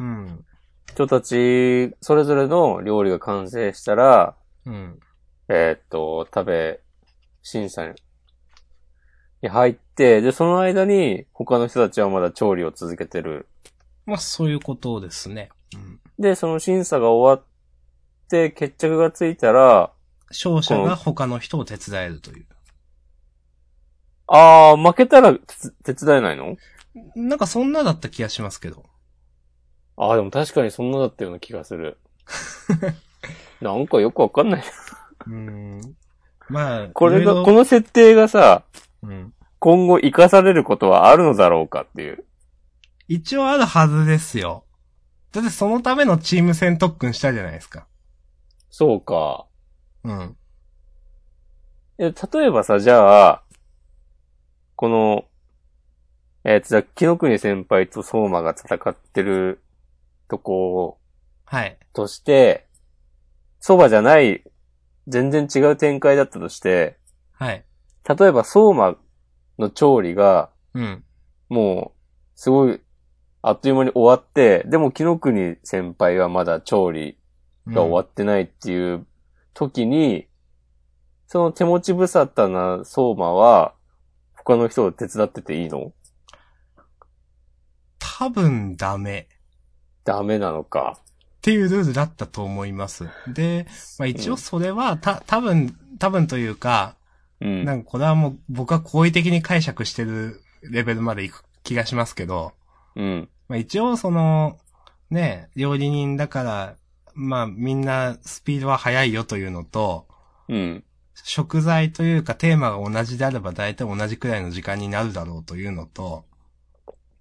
うん。人たち、それぞれの料理が完成したら、うん。えーっと、食べ、審査に入って、で、その間に他の人たちはまだ調理を続けてる。まあ、そういうことですね。うん。で、その審査が終わって、決着がついたら、勝者が他の人を手伝えるという。あー、負けたらつ手伝えないのなんかそんなだった気がしますけど。あー、でも確かにそんなだったような気がする。 <laughs> なんかよくわかんない。うん。まあ、これいろが、いろこの設定がさ、うん。今後活かされることはあるのだろうかっていう。一応あるはずですよ。だってそのためのチーム戦特訓したじゃないですか。そうか。うん。え、例えばさ、じゃあ、この、えー、じゃあ、木の国先輩と相馬が戦ってるとこはい。として、そばじゃない、全然違う展開だったとして、はい。例えば相馬の調理が、うん。もう、すごい、あっという間に終わって、でも木の国先輩はまだ調理が終わってないっていう時に、その手持ち無沙汰な相馬は、他の人を手伝ってていいの多分ダメ。ダメなのか。っていうルールだったと思います。で、まあ一う応んそれは、た、多分、多分というか、うん。なんかこれはもう僕は好意的に解釈してるレベルまで行く気がしますけど、うん。まあ一応その、ね、料理人だから、まあみんなスピードは速いよというのと、うん。食材というかテーマが同じであれば大体同じくらいの時間になるだろうというのと、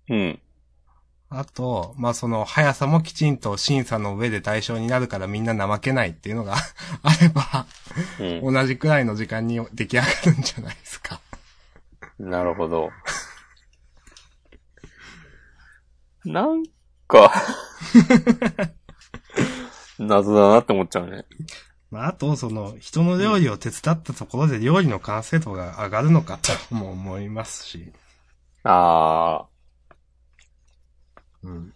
うん。あと、まあ、その、速さもきちんと審査の上で対象になるからみんな怠けないっていうのがあれば、う同じくらいの時間に出来上がるんじゃないですか。ん。なるほ <laughs> ど。なんか、謎だなって思っちゃうね。まあ、あと、その、人の料理を手伝ったところで料理の完成度が上がるのかとも思いますし。ああ、うん。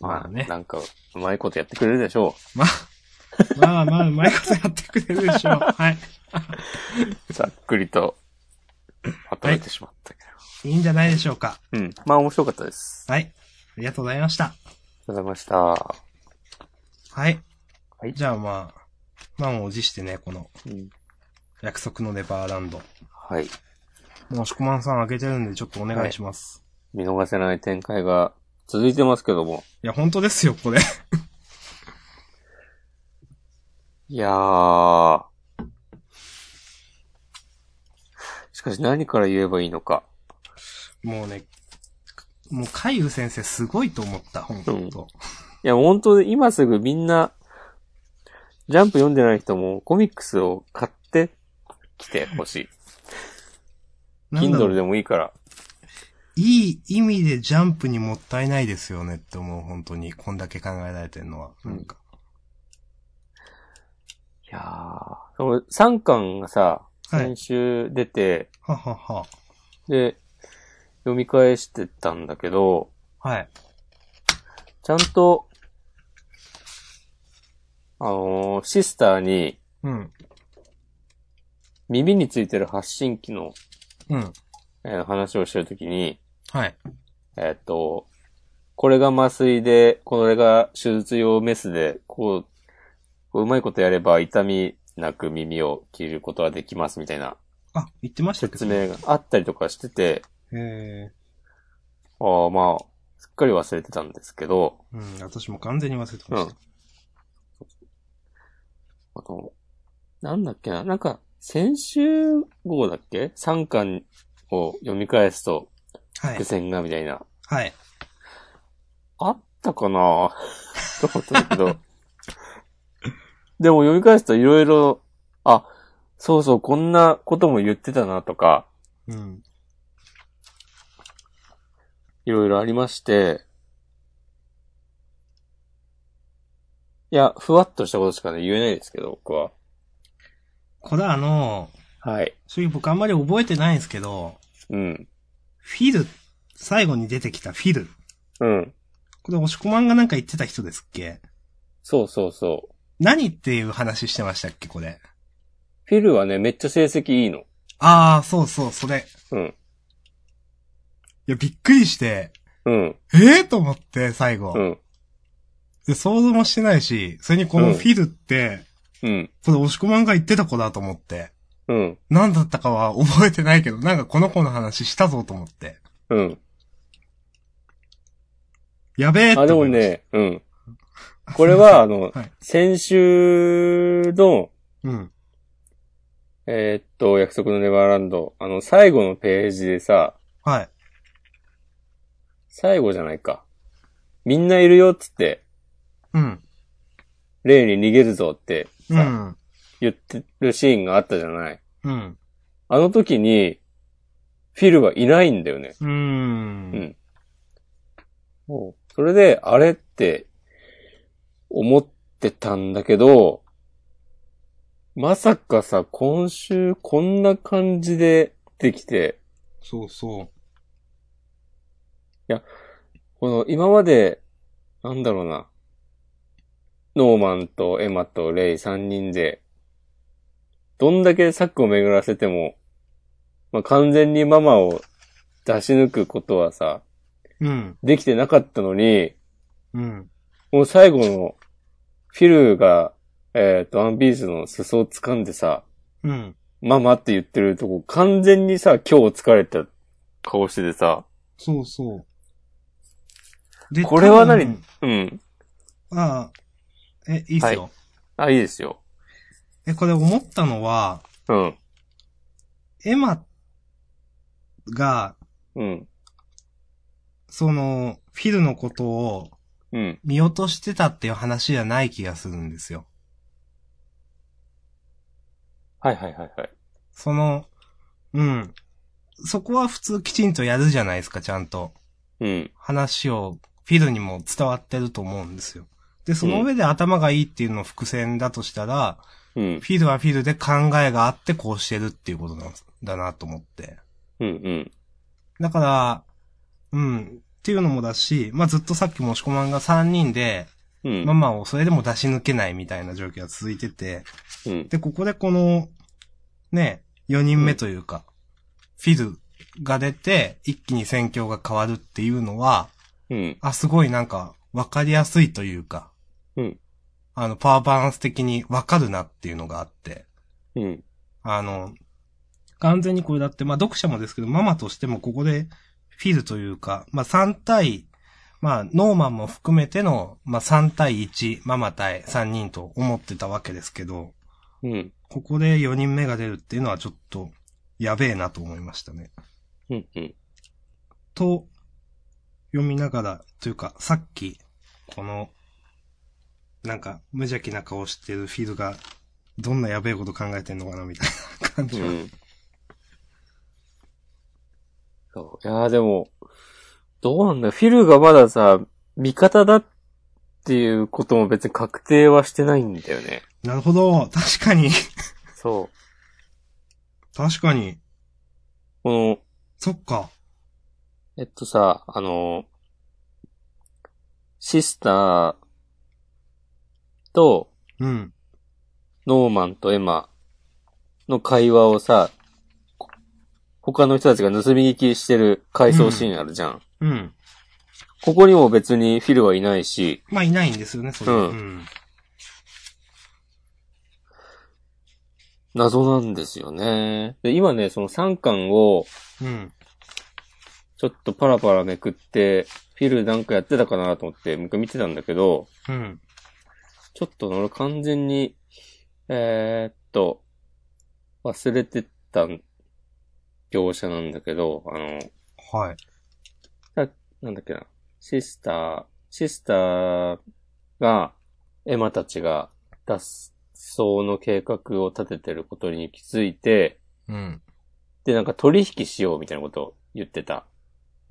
ままああねね。なんか、うまいことやってくれるでしょまあ、まあまあ、うまいことやってくれるでしょう。はい。う。ざっくり <laughs> と、まとめてしまったけど。いいんじゃないでしょうか。うん。まあ面白かったです。あはい。ありがとうございましりた。がとうございました。はい。はいじゃあまあ、満を持してね、この、うん、約束のネバーランド。はい。もう、しこまんさん開けてるんで、ちょっとお願いします。見逃せない展開が続いてますけども。い、や、本当ですよ、これ。いやー。しかし何から言えばいいのか。もうね、もう、海遊先生すごいと思った、本当、いや、本当に今すぐみんな、ジャンプ読んでない人もコミックスを買ってきてほしい。なんだろ Kindle うでもいいから。いい意味でジャンプにもったいないですよねって思う、本当に。こんだけ考えられてるのは。なんか。いやー。その3巻がさ、はい先週出て、ははは。で、読み返してたんだけど、はい。ちゃんと、あのーシスターにうん。耳についてる発信機の、うん。えー話をしてるときに、はい。えーっと、これが麻酔で、これが手術用メスで、こう、こううまいことやれば痛みなく耳を切ることはできますみたいなあ、言ってましたっけ説。明があったりとかしてて、えああまあ、すっかり忘れてたんですけど、ー。うん、私も完全に忘れてました。あと、なんだっけな、なんか、先週号だっけ ?3 巻を読み返すと、は伏い。線がみたいな。はい。あったかな <laughs> と思ったんだけど。でも読み返すといろいろ、あ、そうそう、こんなことも言ってたなとか、うん。いろいろありまして、いや、ふわっとしたことしかね、言えないですけど、僕は。これあの、はい。そういう僕あんまり覚えてないんですけど、うん。フィル、最後に出てきたフィル。うん。これ、押し込まんがなんか言ってた人ですっけそうそうそう。何っていう話してましたっけ、これ。フィルはね、めっちゃ成績いいの。ああ、そうそう、それ。うん。いや、びっくりして、うん。ええと思って、最後、うん。で。想像もしてないし、それにこうのんフィルって、うん。これ、押し込まんが言ってた子だと思って。うん。何だったかは覚えてないけど、なんかこの子の話したぞと思って。うん。やべえってあ、で思もいました。ね、うん。これは、あの、はい先週の、うん。えーっと、約束のネバーランド、あの、最後のページでさ、はい。最後じゃないか。みんないるよっつって、うん。例に逃げるぞってさ、うん。言ってるシーンがあったじゃない。うん。あの時に、フィルがいないんだよね。うー。うんん。もう、それで、あれって、思ってたんだけど、まさかさ、今週こんな感じで出てきて、そうそこの今まで、なんだろうな、ノーマンとエマとレイ3人で、どんだけサックを巡らせても、まあ、完全にママを出し抜くことはさ、う。うん。できてなかったのに、うん。もう最後の、フィルが、えっ、と、ワンピースの裾を掴んでさ、うん。ママって言ってるとこ、完全にさ、今日疲れた顔しててさ、そうそう。でこれは何多分うん。ああ、え、いいっすよ。あ、いいですよ。え、これ思ったのは、うん。エマが、うん。その、フィルのことをうん。見落としてたっていう話じゃない気がするんですよ。はいはいはいはい。その、うん。そこは普通きちんとやるじゃないですか、ちゃんと。うん。話をフィルにも伝わってると思うんですよ。で、その上で頭がいいっていうのを伏線だとしたら、うん。フィルはフィルで考えがあってこうしてるっていうことなんですだなと思って。うんうん。だから、うん。っていうのもだし、まあ、ずっとさっきもしこまんが3人で、うん。ママをそれでも出し抜けないみたいな状況が続いてて、うん。で、ここでこの、ね、4人目というか、フィルが出て、一気に戦況が変わるっていうのは、うん。あ、すごいなんか、わかりやすいというか、うん。あの、パワーバランス的にわかるなっていうのがあって、うん。あの、完全にこれだって、まあ、読者もですけど、ママとしてもここで、フィルというか、まあ、3対、まあ、ノーマンも含めての、まあ、3対1、ママ対3人と思ってたわけですけど、うん。ここで4人目が出るっていうのはちょっと、やべえなと思いましたね。うん。うん。と、読みながら、というか、さっき、この、なんか、無邪気な顔してるフィルが、どんなやべえこと考えてんのかな、みたいな感じは。うん。そう。いやーでも、どうなんだフィルがまださ、味方だっていうことも別に確定はしてないんだよね。なるほど、確かに、そう。確かに、この、そっか。えっとさ、あの、シスターとうん、ノーマンとエマの会話をさ、こ他の人たちが盗み聞きしてる回想シーンあるじゃん。うん。ここにも別にフィルはいないし、まあ、いないんですよね、それ。ううんん。謎なんですよね。で、今ね、その3巻をうん。ちょっとパラパラめくって、フィルなんかやってたかなと思って、もう一回見てたんだけど、うん。ちょっと俺完全に、えーっと、忘れてた描写なんだけど、あの、はい。なんだっけな、シスター、シスターが、エマたちが脱走の計画を立ててることに気づいて、うん。で、なんか取引しようみたいなことを言ってた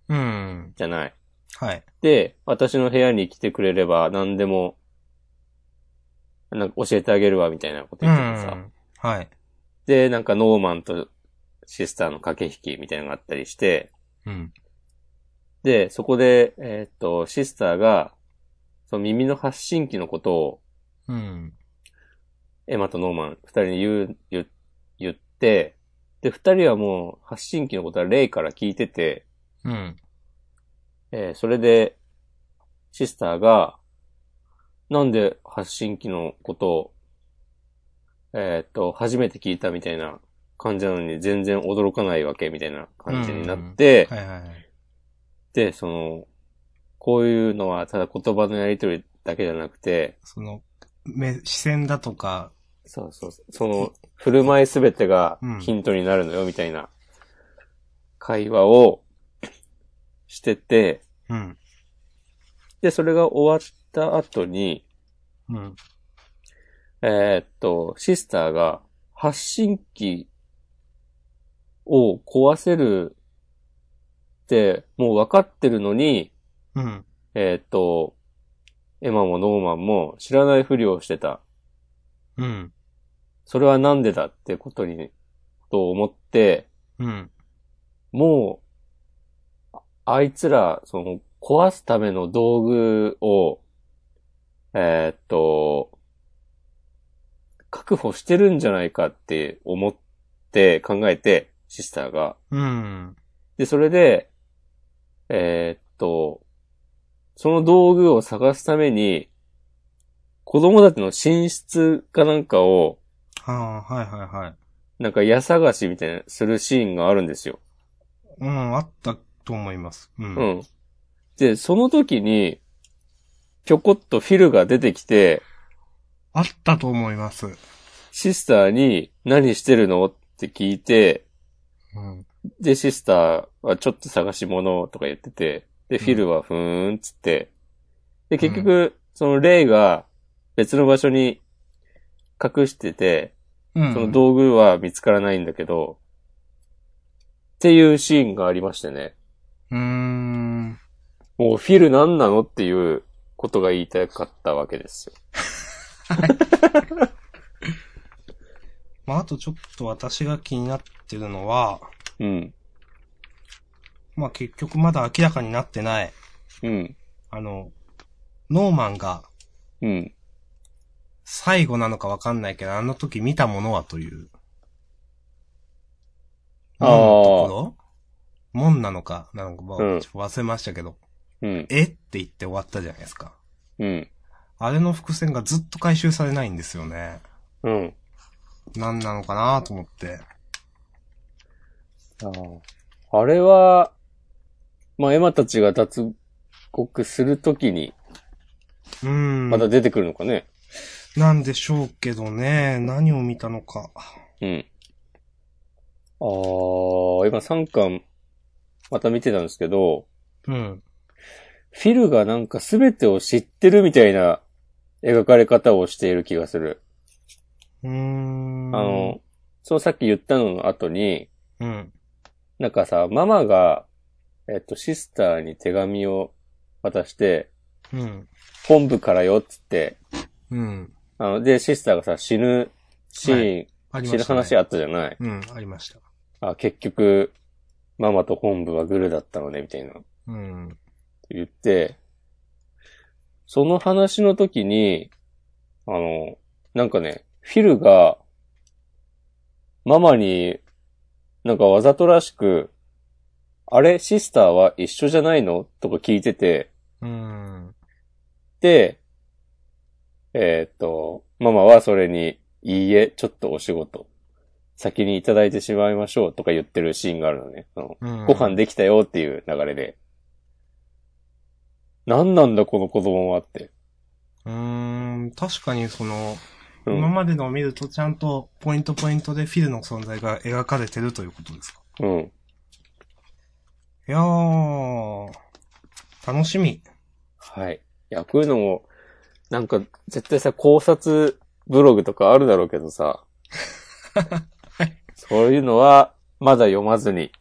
うん。じゃない。はい。で、私の部屋に来てくれれば何でも、なんか教えてあげるわみたいなことう言っててさ。ん。はい。で、なんかノーマンとシスターの駆け引きみたいなのがあったりして、うん。で、そこで、えーっと、シスターが、その耳の発信機のことを、うん。エマとノーマン二人に言う、言う言って、で、二人はもう発信機のことはレイから聞いてて、うん。えーそれで、シスターが、なんで発信機のことを、えーっと、初めて聞いたみたいな感じなのに全然驚かないわけみたいな感じになって、はいはいはい。で、その、こういうのはただ言葉のやりとりだけじゃなくて、その、目、視線だとか、そうそう、その、振る舞いすべてがうんヒントになるのよ、みたいな、会話をしてて、うん。で、それが終わった後に、うん。えーっと、シスターが発信機を壊せるって、もう分かってるのに、うん。えーっと、エマもノーマンも知らないふりをしてた。うん。それはなんでだってことに、と思って、うん。もう、ああいつら、その、壊すための道具を、えーっと、確保してるんじゃないかって思って考えて、シスターが。うん。で、それで、えーっと、その道具を探すために、子供たちの寝室かなんかを、ああ、はいはいはい。なんか矢探しみたいな、するシーンがあるんですよ。うん、あったと思います。うん。う。ん。で、その時に、ぴょこっとフィルが出てきて、あったと思います。シスターに何してるのって聞いて、うん。で、シスターはちょっと探し物とか言ってて、で、フィルはふーんっつって、で、結局、そのレイが別の場所に隠してて、うん。その道具は見つからないんだけど、っていうシーンがありましてね。うーん。もうフィル何なのっていうことが言いたかったわけですよ。まあ、あとちょっと私が気になってるのは、うん。まあ結局まだ明らかになってない、うん。あの、ノーマンがうん。最後なのかわかんないけど、あの時見たものはという。あー門のところ門なのか、なんか、まあうんちょっと忘れましたけど、うん。えって言って終わったじゃないですか。うん。あれの伏線がずっと回収されないんですよね。うん。何なのかなと思って。ああれは、まあ、エマたちが脱獄するときに、うーん。また出てくるのかね。なんでしょうけどね、何を見たのか。うん。ああ、今3巻、また見てたんですけど、うん。フィルがなんか全てを知ってるみたいな描かれ方をしている気がする。うーん。あの、そのさっき言ったのの後に、うん。なんかさ、ママが、えっと、シスターに手紙を渡して、うん。本部からよっつって、うん。あの、で、シスターがさ、死ぬシーン、ありま死ぬした、ね。話あったじゃないうん、ありました。あ、結局、ママと本部はグルだったのね、みたいな、うん。言って、その話の時に、あの、なんかね、フィルが、ママに、なんかわざとらしく、あれシスターは一緒じゃないのとか聞いてて、うん。で、えーっと、ママはそれに、いいえ、ちょっとお仕事、先にいただいてしまいましょうとか言ってるシーンがあるのね。そのうんご飯できたよっていう流れで。何なんだこの子供はって。うーん、確かにその、うん今までのを見るとちゃんとポイントポイントでフィルの存在が描かれてるということですか。うん。いやー、楽しみ。はい。いや、こういうのも、なんか、絶対さ、考察ブログとかあるだろうけど <laughs> さ。そういうのは、まだ読まずに。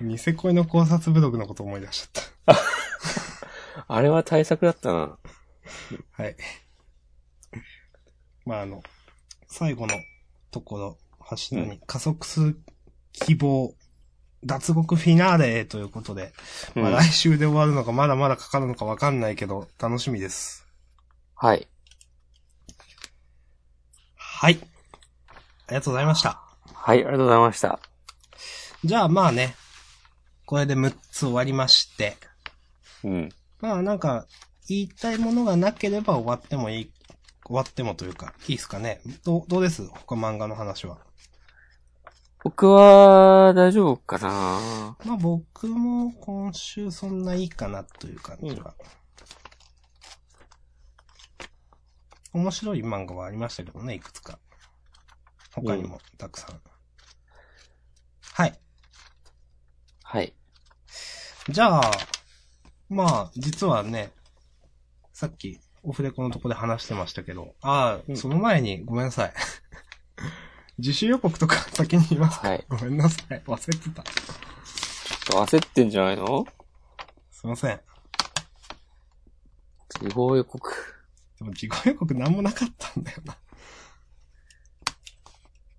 ニセ恋の考察ブログのこと思い出しちゃっあれは対策だったな。た。はい。 <laughs> まあ、あの、最後のところ、柱に加速する希望、脱獄フィナーレということで、うんまあ来週で終わるのか、まだまだかかるのかわかんないけど、楽しみです。はい。はい。ありがとうございました。はい、ありがとうございました。じゃあまあね、これで6つ終わりまして、うん。まあなんか、言いたいものがなければ終わってもいい、終わってもというか、いいですかね。どう、どうです他漫画の話は。僕は、大丈夫かなまあ僕も今週そんないいかなという感じは。面白い漫画はありましたけどね、いくつか。他にもたくさん。はい。はい。じゃあ、まあ、実はね、さっき、オフレコのとこで話してましたけど、ああ、うんその前に、ごめんなさい。 <laughs> 自主予告とか先に言いますか、はいごめんなさい。忘れてた。焦ってんじゃないのすいません。地方予告。でも自己予告なんもなかったんだよな。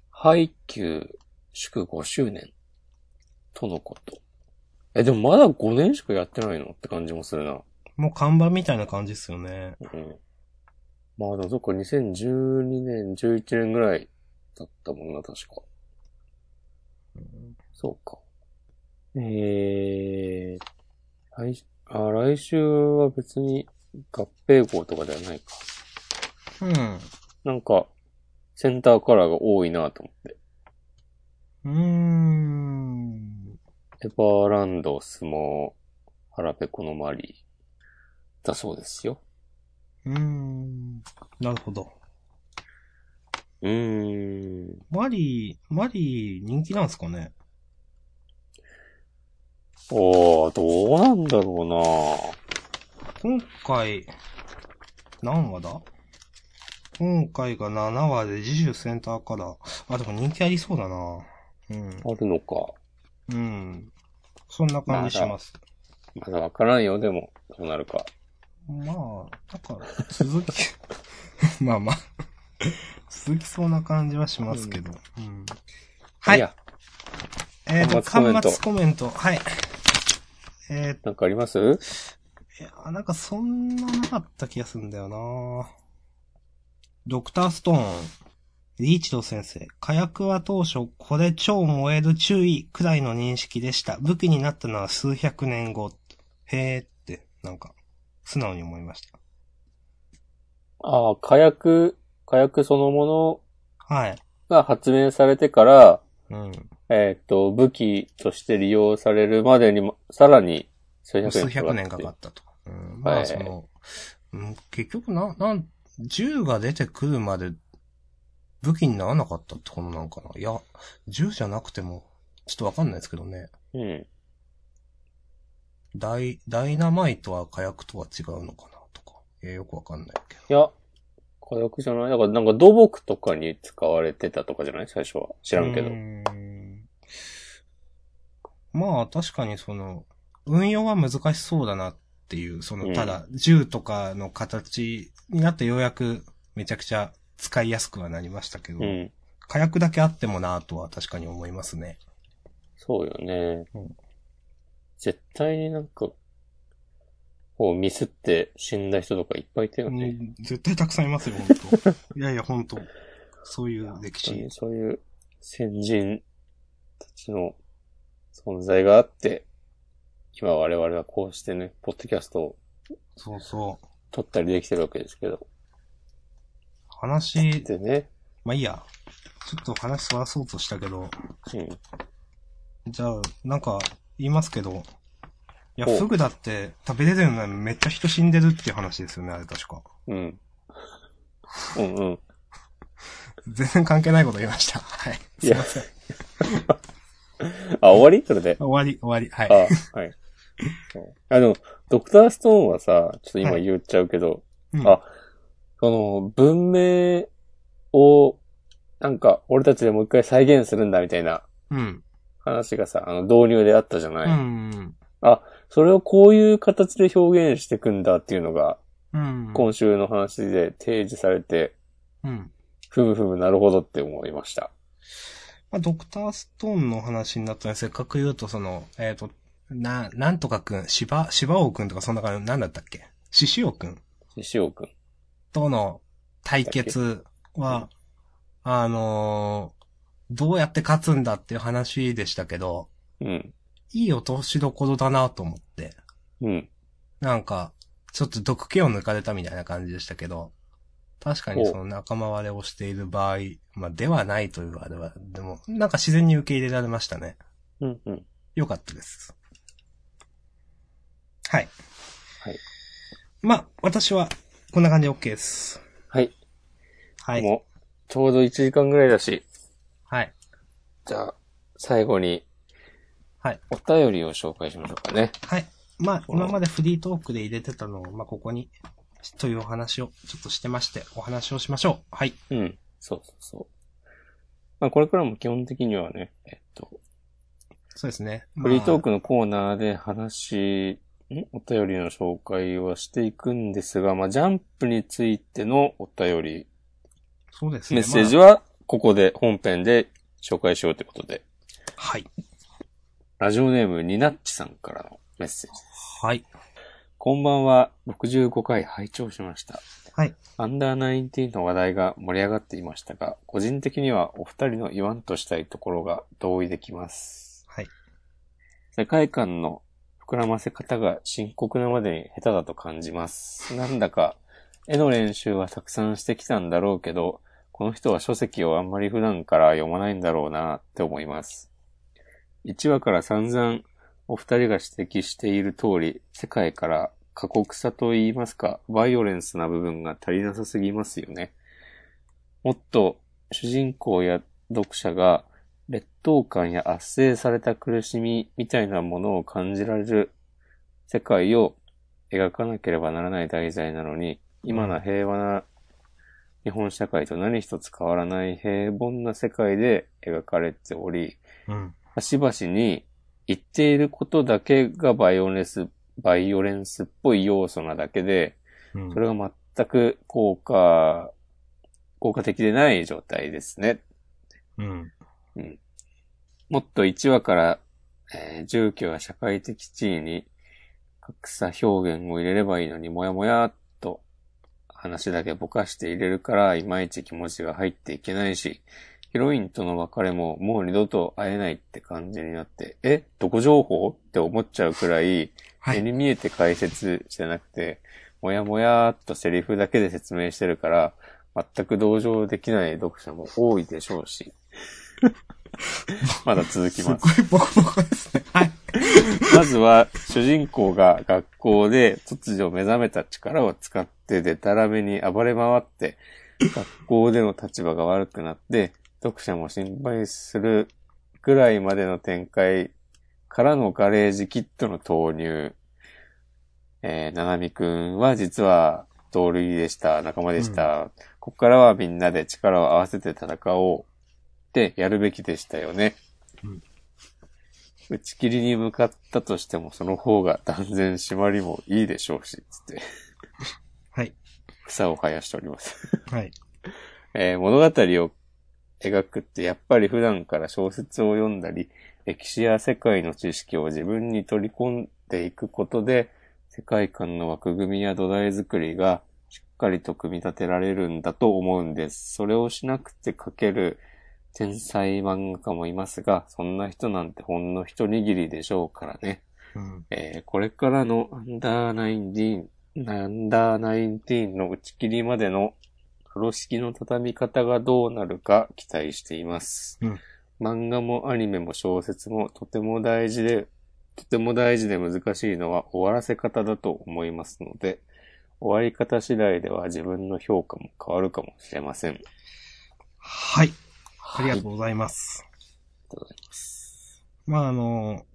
配給祝5周年とのこと。え、でもまだ5年しかやってないのって感じもするな。もう看板みたいな感じっすよね。うん。まあでもそっか、2012年、11年ぐらいだったもんな、確か。そうか。えー、来、あ、来週は別に合併号とかではないか。うん。なんか、センターカラーが多いなと思って。うーん。エバーランド、相撲、腹ペコのマリーだそうですよ。うーん。なるほど。うーん。マリー、マリー人気なんすかねおー、どうなんだろ今回、何話だ今回が7話で自主センターから。あ、でも人気ありそうだな。うんう。な。あるのか。うん。そんな感じします。まだわからんよ、でも、どうなるか。まあ、だから、続き、 <laughs> まあまあ、続きそうな感じはしますけど。うんはい。や、えっ、と、端末コメント端末コメント。はい。えなんかありますー、いやなんかそんななかった気がするんだよなドクターストーン、リーチド先生、火薬は当初、これ超燃える注意くらいの認識でした。武器になったのは数百年後。へーって、なんか、素直に思いました。ああ、火薬、火薬そのものはい。が発明されてから、うん。えーっと、武器として利用されるまでにも、さらに数百数年かかって。百年かかったと。うん、まはあ、いその、うん、結局な、なん、銃が出てくるまで武器にならなかったってことなんかな。いや、銃じゃなくても、ちょっとわかんないですけどね。うん。ダイ、ダイナマイトは火薬とは違うのかなとか。いや、よくわかんないけど。いや、火薬じゃないだからなんか土木とかに使われてたとかじゃない最初は。知らんけどう。んまあ、確かにその、運用は難しそうだなっていう、その、ただ、銃とかの形になってようやくめちゃくちゃ使いやすくはなりましたけど、うん。火薬だけあってもなぁとは確かに思いますね。そうよねうん。絶対になんか、こうミスって死んだ人とかいっぱいいたよね。うん絶対たくさんいますよ、 <laughs> 本当いやいや、本当そういう歴本当史に。そういう先人たちの存在があって、今我々はこうしてね、ポッドキャストをそうそう。撮ったりできてるわけですけど。話、でね、まあいいや。ちょっと話そらそうとしたけど、うん。じゃあ、なんか、言いますけど、いや、おフグだって食べれるのにめっちゃ人死んでるっていう話ですよね、あれ確か。うん。うんうん。全然関係ないこと言いました。 <laughs> はい。いすいやません。あ、終わりそれで。終わり、終わり。はい。あ、はい。そうあの、ドクターストーンはさ、ちょっと今言っちゃうけど、うんあその、文明を、なんか、俺たちでもう一回再現するんだみたいなうん。話がさ、あの、導入であったじゃない。うん。それをこういう形で表現していくんだっていうのが、うん。今週の話で提示されて、うん。ふむふむなるほどって思いました。まあ、ドクターストーンの話になったら、せっかく言うと、その、えっ、と、な、なんとかくん、芝、芝王くんとかそんな感じ、なんだったっけ獅子王くんしおくん。との対決は、あのーどうやって勝つんだっていう話でしたけど、うん。いい落としどころだなと思って。うん。なんか、ちょっと毒気を抜かれたみたいな感じでしたけど、確かにその仲間割れをしている場合、まあ、ではないというあれは、でも、なんか自然に受け入れられましたね。うん。うん。よかったです。はい。はい。まあ、私は、こんな感じで OK です。はい。はい。もう、ちょうど1時間ぐらいだし、はい。じゃあ、最後に、はい。お便りを紹介しましょうかね。はい。まあ、今までフリートークで入れてたのを、まあ、ここに、というお話を、ちょっとしてまして、お話をしましょう。はい。うん。そうそうそう。まあ、これからも基本的にはね、えっと、そうですね。フリートーク。クのコーナーで話、んお便りの紹介はしていくんですが、まあ、ジャンプについてのお便り、そうですね。メッセージは、は、ここで、本編で紹介しようということで、はい。ラジオネーム、ニナッチさんからのメッセージです。はい。こんばんは、65回拝聴しました。はい。アンダーナインティーンの話題が盛り上がっていましたが、個人的にはお二人の言わんとしたいところが同意できます。はい。世界観の膨らませ方が深刻なまでに下手だと感じます。なんだか、絵の練習はたくさんしてきたんだろうけど、この人は書籍をあんまり普段から読まないんだろうなって思います。1話から散々お二人が指摘している通り、世界から過酷さと言いますか、バイオレンスな部分が足りなさすぎますよね。もっと主人公や読者が劣等感や圧制された苦しみみたいなものを感じられる世界を描かなければならない題材なのに、今の平和な日本社会と何一つ変わらない平凡な世界で描かれており、うん。しばしに言っていることだけがバイオレンス、バイオレンスっぽい要素なだけで、うんそれが全く効果、効果的でない状態ですね。うん。もっと1話から、えー住居や社会的地位に格差表現を入れればいいのに、もやもやっと話だけぼかして入れるから、いまいち気持ちが入っていけないし、ヒロインとの別れももう二度と会えないって感じになって、えどこ情報って思っちゃうくらい、は目い。に見えて解説してなくて、もやもやーっとセリフだけで説明してるから、全く同情できない読者も多いでしょう <laughs> し。まだ続きすっます。ごいボコボコです <laughs> ね。はい。まずは、主人公が学校で突如目覚めた力を使ってデタラメに暴れ回って、学校での立場が悪くなって、読者も心配するぐらいまでの展開からのガレージキットの投入。えー、ななみくんは実は同類でした、仲間でした。ここからはみんなで力を合わせて戦おうってやるべきでしたよね。うん打ち切りに向かったとしても、その方が断然締まりもいいでしょうし、つって、はい。草を生やしております。はい。えー物語を描くってやっぱり普段から小説を読んだり、歴史や世界の知識を自分に取り込んでいくことで、世界観の枠組みや土台作りがしっかりと組み立てられるんだと思うんです。それをしなくて描ける天才漫画家もいますが、そんな人なんてほんの一握りでしょうからね。うん。えーこれからのアンダーナインティーン、アンダーナインティーンの打ち切りまでの風呂敷の畳み方がどうなるか期待しています。うん漫画もアニメも小説もとても大事で、とても大事で難しいのは終わらせ方だと思いますので、終わり方次第では自分の評価も変わるかもしれません。ありはい。ありがとううございます。ございます。まあ、あの、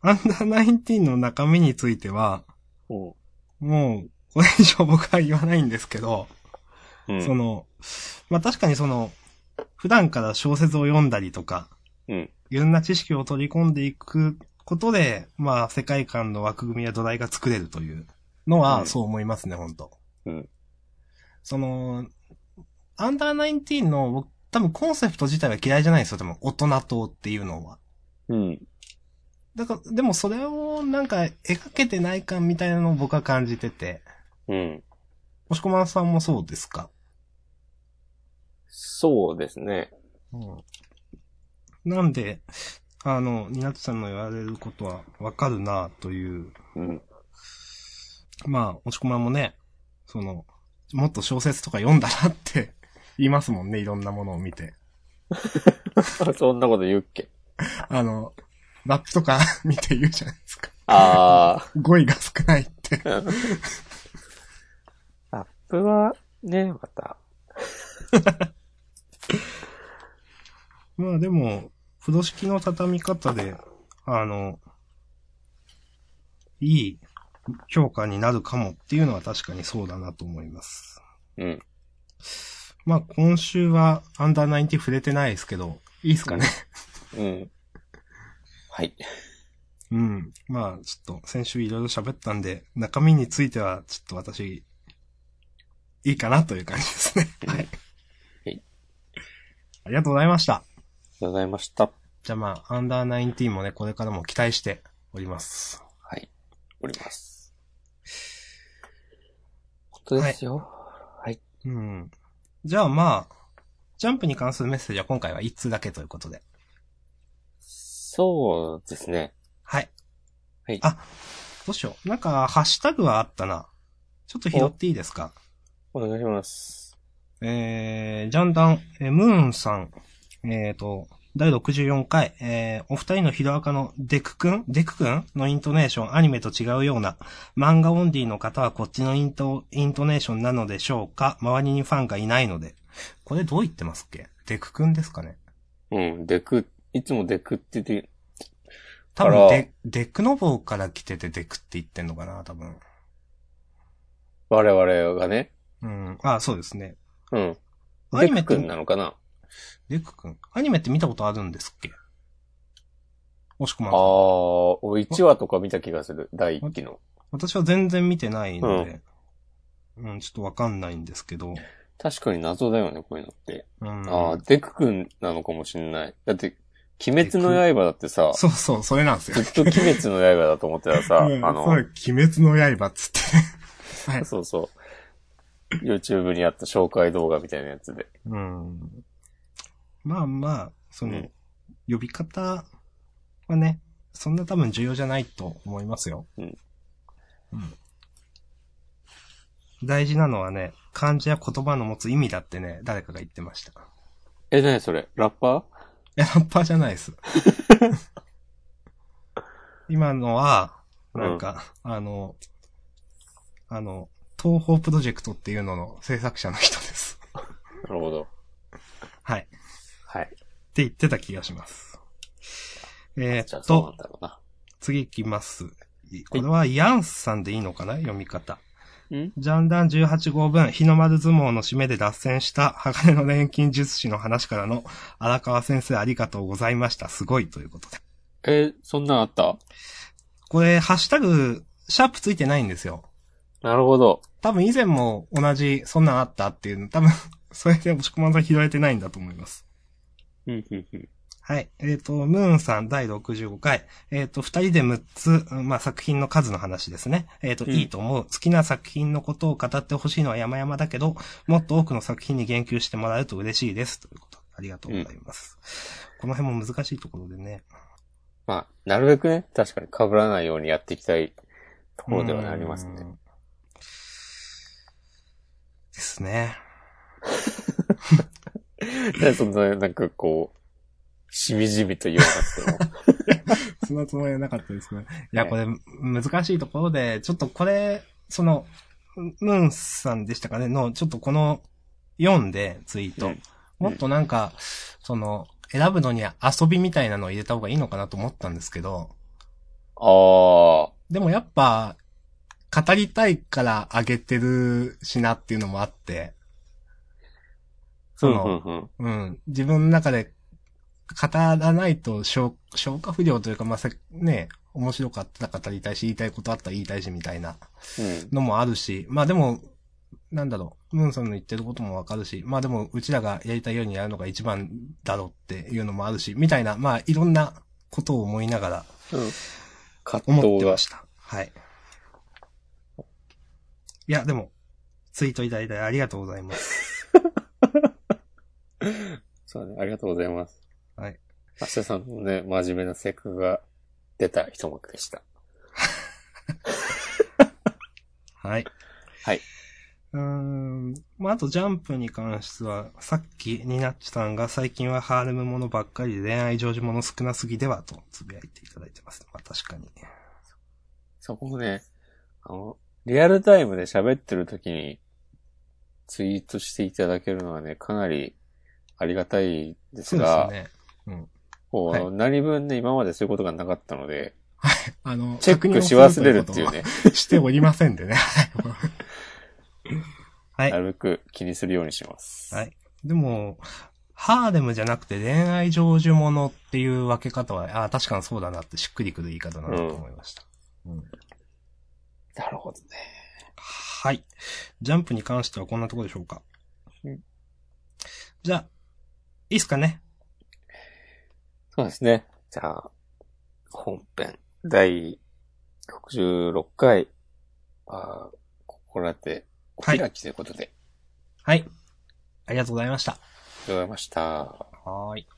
アンダーナインティーンの中身については、おもう、これ以上僕は言わないんですけど、うん。その、まあ確かにその、普段から小説を読んだりとか、うん。いろんな知識を取り込んでいくことで、まあ世界観の枠組みや土台が作れるというのうは、んそう思いますね、本当うんその、アンダーナインティーンの、僕多分コンセプト自体は嫌いじゃないんですよ、でも、大人党っていうのは。うん。だから、でもそれをなんか描けてない感みたいなのを僕は感じてて、うん。押し込まんさんもそうですかそうですね。なんで、あの、ニナッチさんの言われることはわかるなという。 <laughs> うん。まあ、押し込まんもね、その、もっと小説とか読んだなって <laughs> 言いますもんね、いろんなものを見て。そんなこと言うっけあの、ラップとか <laughs> 見て言うじゃないですか。あ語彙が少ないって。あ。ラップは、ね、また。まあでも、風呂敷の畳み方で、あの、いい評価になるかもっていうのは確かにそうだなと思います。うん。まあ今週はアンダーナインティ触れてないですけど、いいですかね。うん。はい。うん。まあ、ちょっと先週いろいろ喋ったんで、中身についてはちょっと私、いいかなという感じですね。うんはいはい。ありがとうございました。ありがとうございました。じゃあまあ、アンダーナインティーンもね、これからも期待しております。はい。おります。本当ですよ。はい。うん。じゃあまあ、ジャンプに関するメッセージは今回は1通だけということで。そうですね。はい。はいあ、どうしよう。なんか、ハッシュタグはあったな。ちょっと拾っていいですかお願いします。えー、ジャンダン、えームーンさん、えーと、第64回、えー、お二人のヒロアカのデクくんデクくんのイントネーション、アニメと違うような、漫画オンリーの方はこっちのイント、イントネーションなのでしょうか周りにファンがいないので。これどう言ってますっけデクくんですかねうん、デク、いつもデクって言って、多あら分デ、デクノボーから来ててデクって言ってんのかな多分。我々がね、うん。あ、そうですね。うん。アデニメクって君、なのかなデクくん。アニメって見たことあるんですっけもしくあも、ー、俺1話とか見た気がする。第1期の。私は全然見てないので、うん、ちょっとわかんないんですけど、確かに謎だよね、こういうのって。うん。あー、デク君なのかもしんない。だって、鬼滅の刃だってさ、そうそう、それなんですよず。っと鬼滅の刃だと思ってたらさ、あうんの、そう、鬼滅の刃っつってね。はい。そうそう。YouTube にあった紹介動画みたいなやつで。うん。まあまあ、その、うん呼び方はね、そんな多分重要じゃないと思いますよ。うんうん大事なのはね、漢字や言葉の持つ意味だってね、誰かが言ってました。え、なにそれラッパーいや、ラッパーじゃない <laughs> です。今のは、なんか、あの、あの、東方プロジェクトっていうのの制作者の人です。 <laughs> なるほど。はい。ってはい。言ってた気がします。えじゃーあっそうなんと、だろうな。次行きます。これはヤンスさんでいいのかな読み方。んジャンダン18号分、日の丸相撲の締めで脱線した、鋼の錬金術師の話からの、荒川先生ありがとうございました。すごいということで。え、そんなんあったこれ、ハッシュタグ、シャープついてないんですよ。なるほど。多分以前も同じ、そんなんあったっていうの、多分、 <laughs> それで押し込まんさん拾えてないんだと思います。うん、うん、うん。はい。えっ、と、ムーンさん第65回。えっ、と、二人で6つ、うんまあ、作品の数の話ですね。えっ、と、うんいいと思う。好きな作品のことを語ってほしいのは山々だけど、もっと多くの作品に言及してもらえると嬉しいです。ということ。ありがとうございます。この辺も難しいところでね。まあ、なるべくね、確かに被らないようにやっていきたいところではありますうね。ん。ですね。で、そんな、なんかこう、しみじみと言わなくても。そんなつもりはなかったですね。いや、ねこれ、難しいところで、ちょっとこれ、その、ムムーンさんでしたかね、の、ちょっとこの、読んで、ツイート。うんもっとなんか、その、選ぶのに遊びみたいなのを入れた方がいいのかなと思ったんですけど、あでもやっぱ、語りたいからあげてるしなっていうのもあって、ー。うその、ん、うん、うん。うん。自分の中で語らないと消消化不良というか、まあ、せね、面白かったら語りたいし、言いたいことあったら言いたいし、みたいなうん。のもあるし、まあでも、なんだろう、ムーンさんの言ってることもわかるし、まあでも、うちらがやりたいようにやるのが一番だろうっていうのもあるし、みたいな、まあいろんなことを思いながらうん葛思っ藤てがま。した。はい。いや、でも、ツイートいただいてありがとうございます。そうだね。ありがとうございます。はい。明日さんのね、真面目な性格が出た一幕でした。はい。はいうーん。まあ、あとジャンプに関しては、さっき、ニナッチさんが最近はハーレムものばっかりで恋愛成就もの少なすぎではとつぶやいていただいてます。まあ、確かに。そこもね、あの、リアルタイムで喋ってる時にツイートしていただけるのはね、かなりありがたいですそうでが、すね。こう、はい何分ね、今までそういうことがなかったので、あの、チェックし忘れるっ <laughs> ていうね、ね。しておりませんでね。はいなるべく気にするようにします。はい。でも、ハーデムじゃなくて恋愛成就ものっていう分け方は、ああ、確かにそうだなってしっくりくる言い方だなと思いました。なるほどね。はい。ジャンプに関してはこんなところでしょうかうん。じゃあ、いいっすかねそうですね。じゃあ、本編、第66回、あーここらで、お開きということで、はい。ありがとうございました。ありがとうございました。はーい。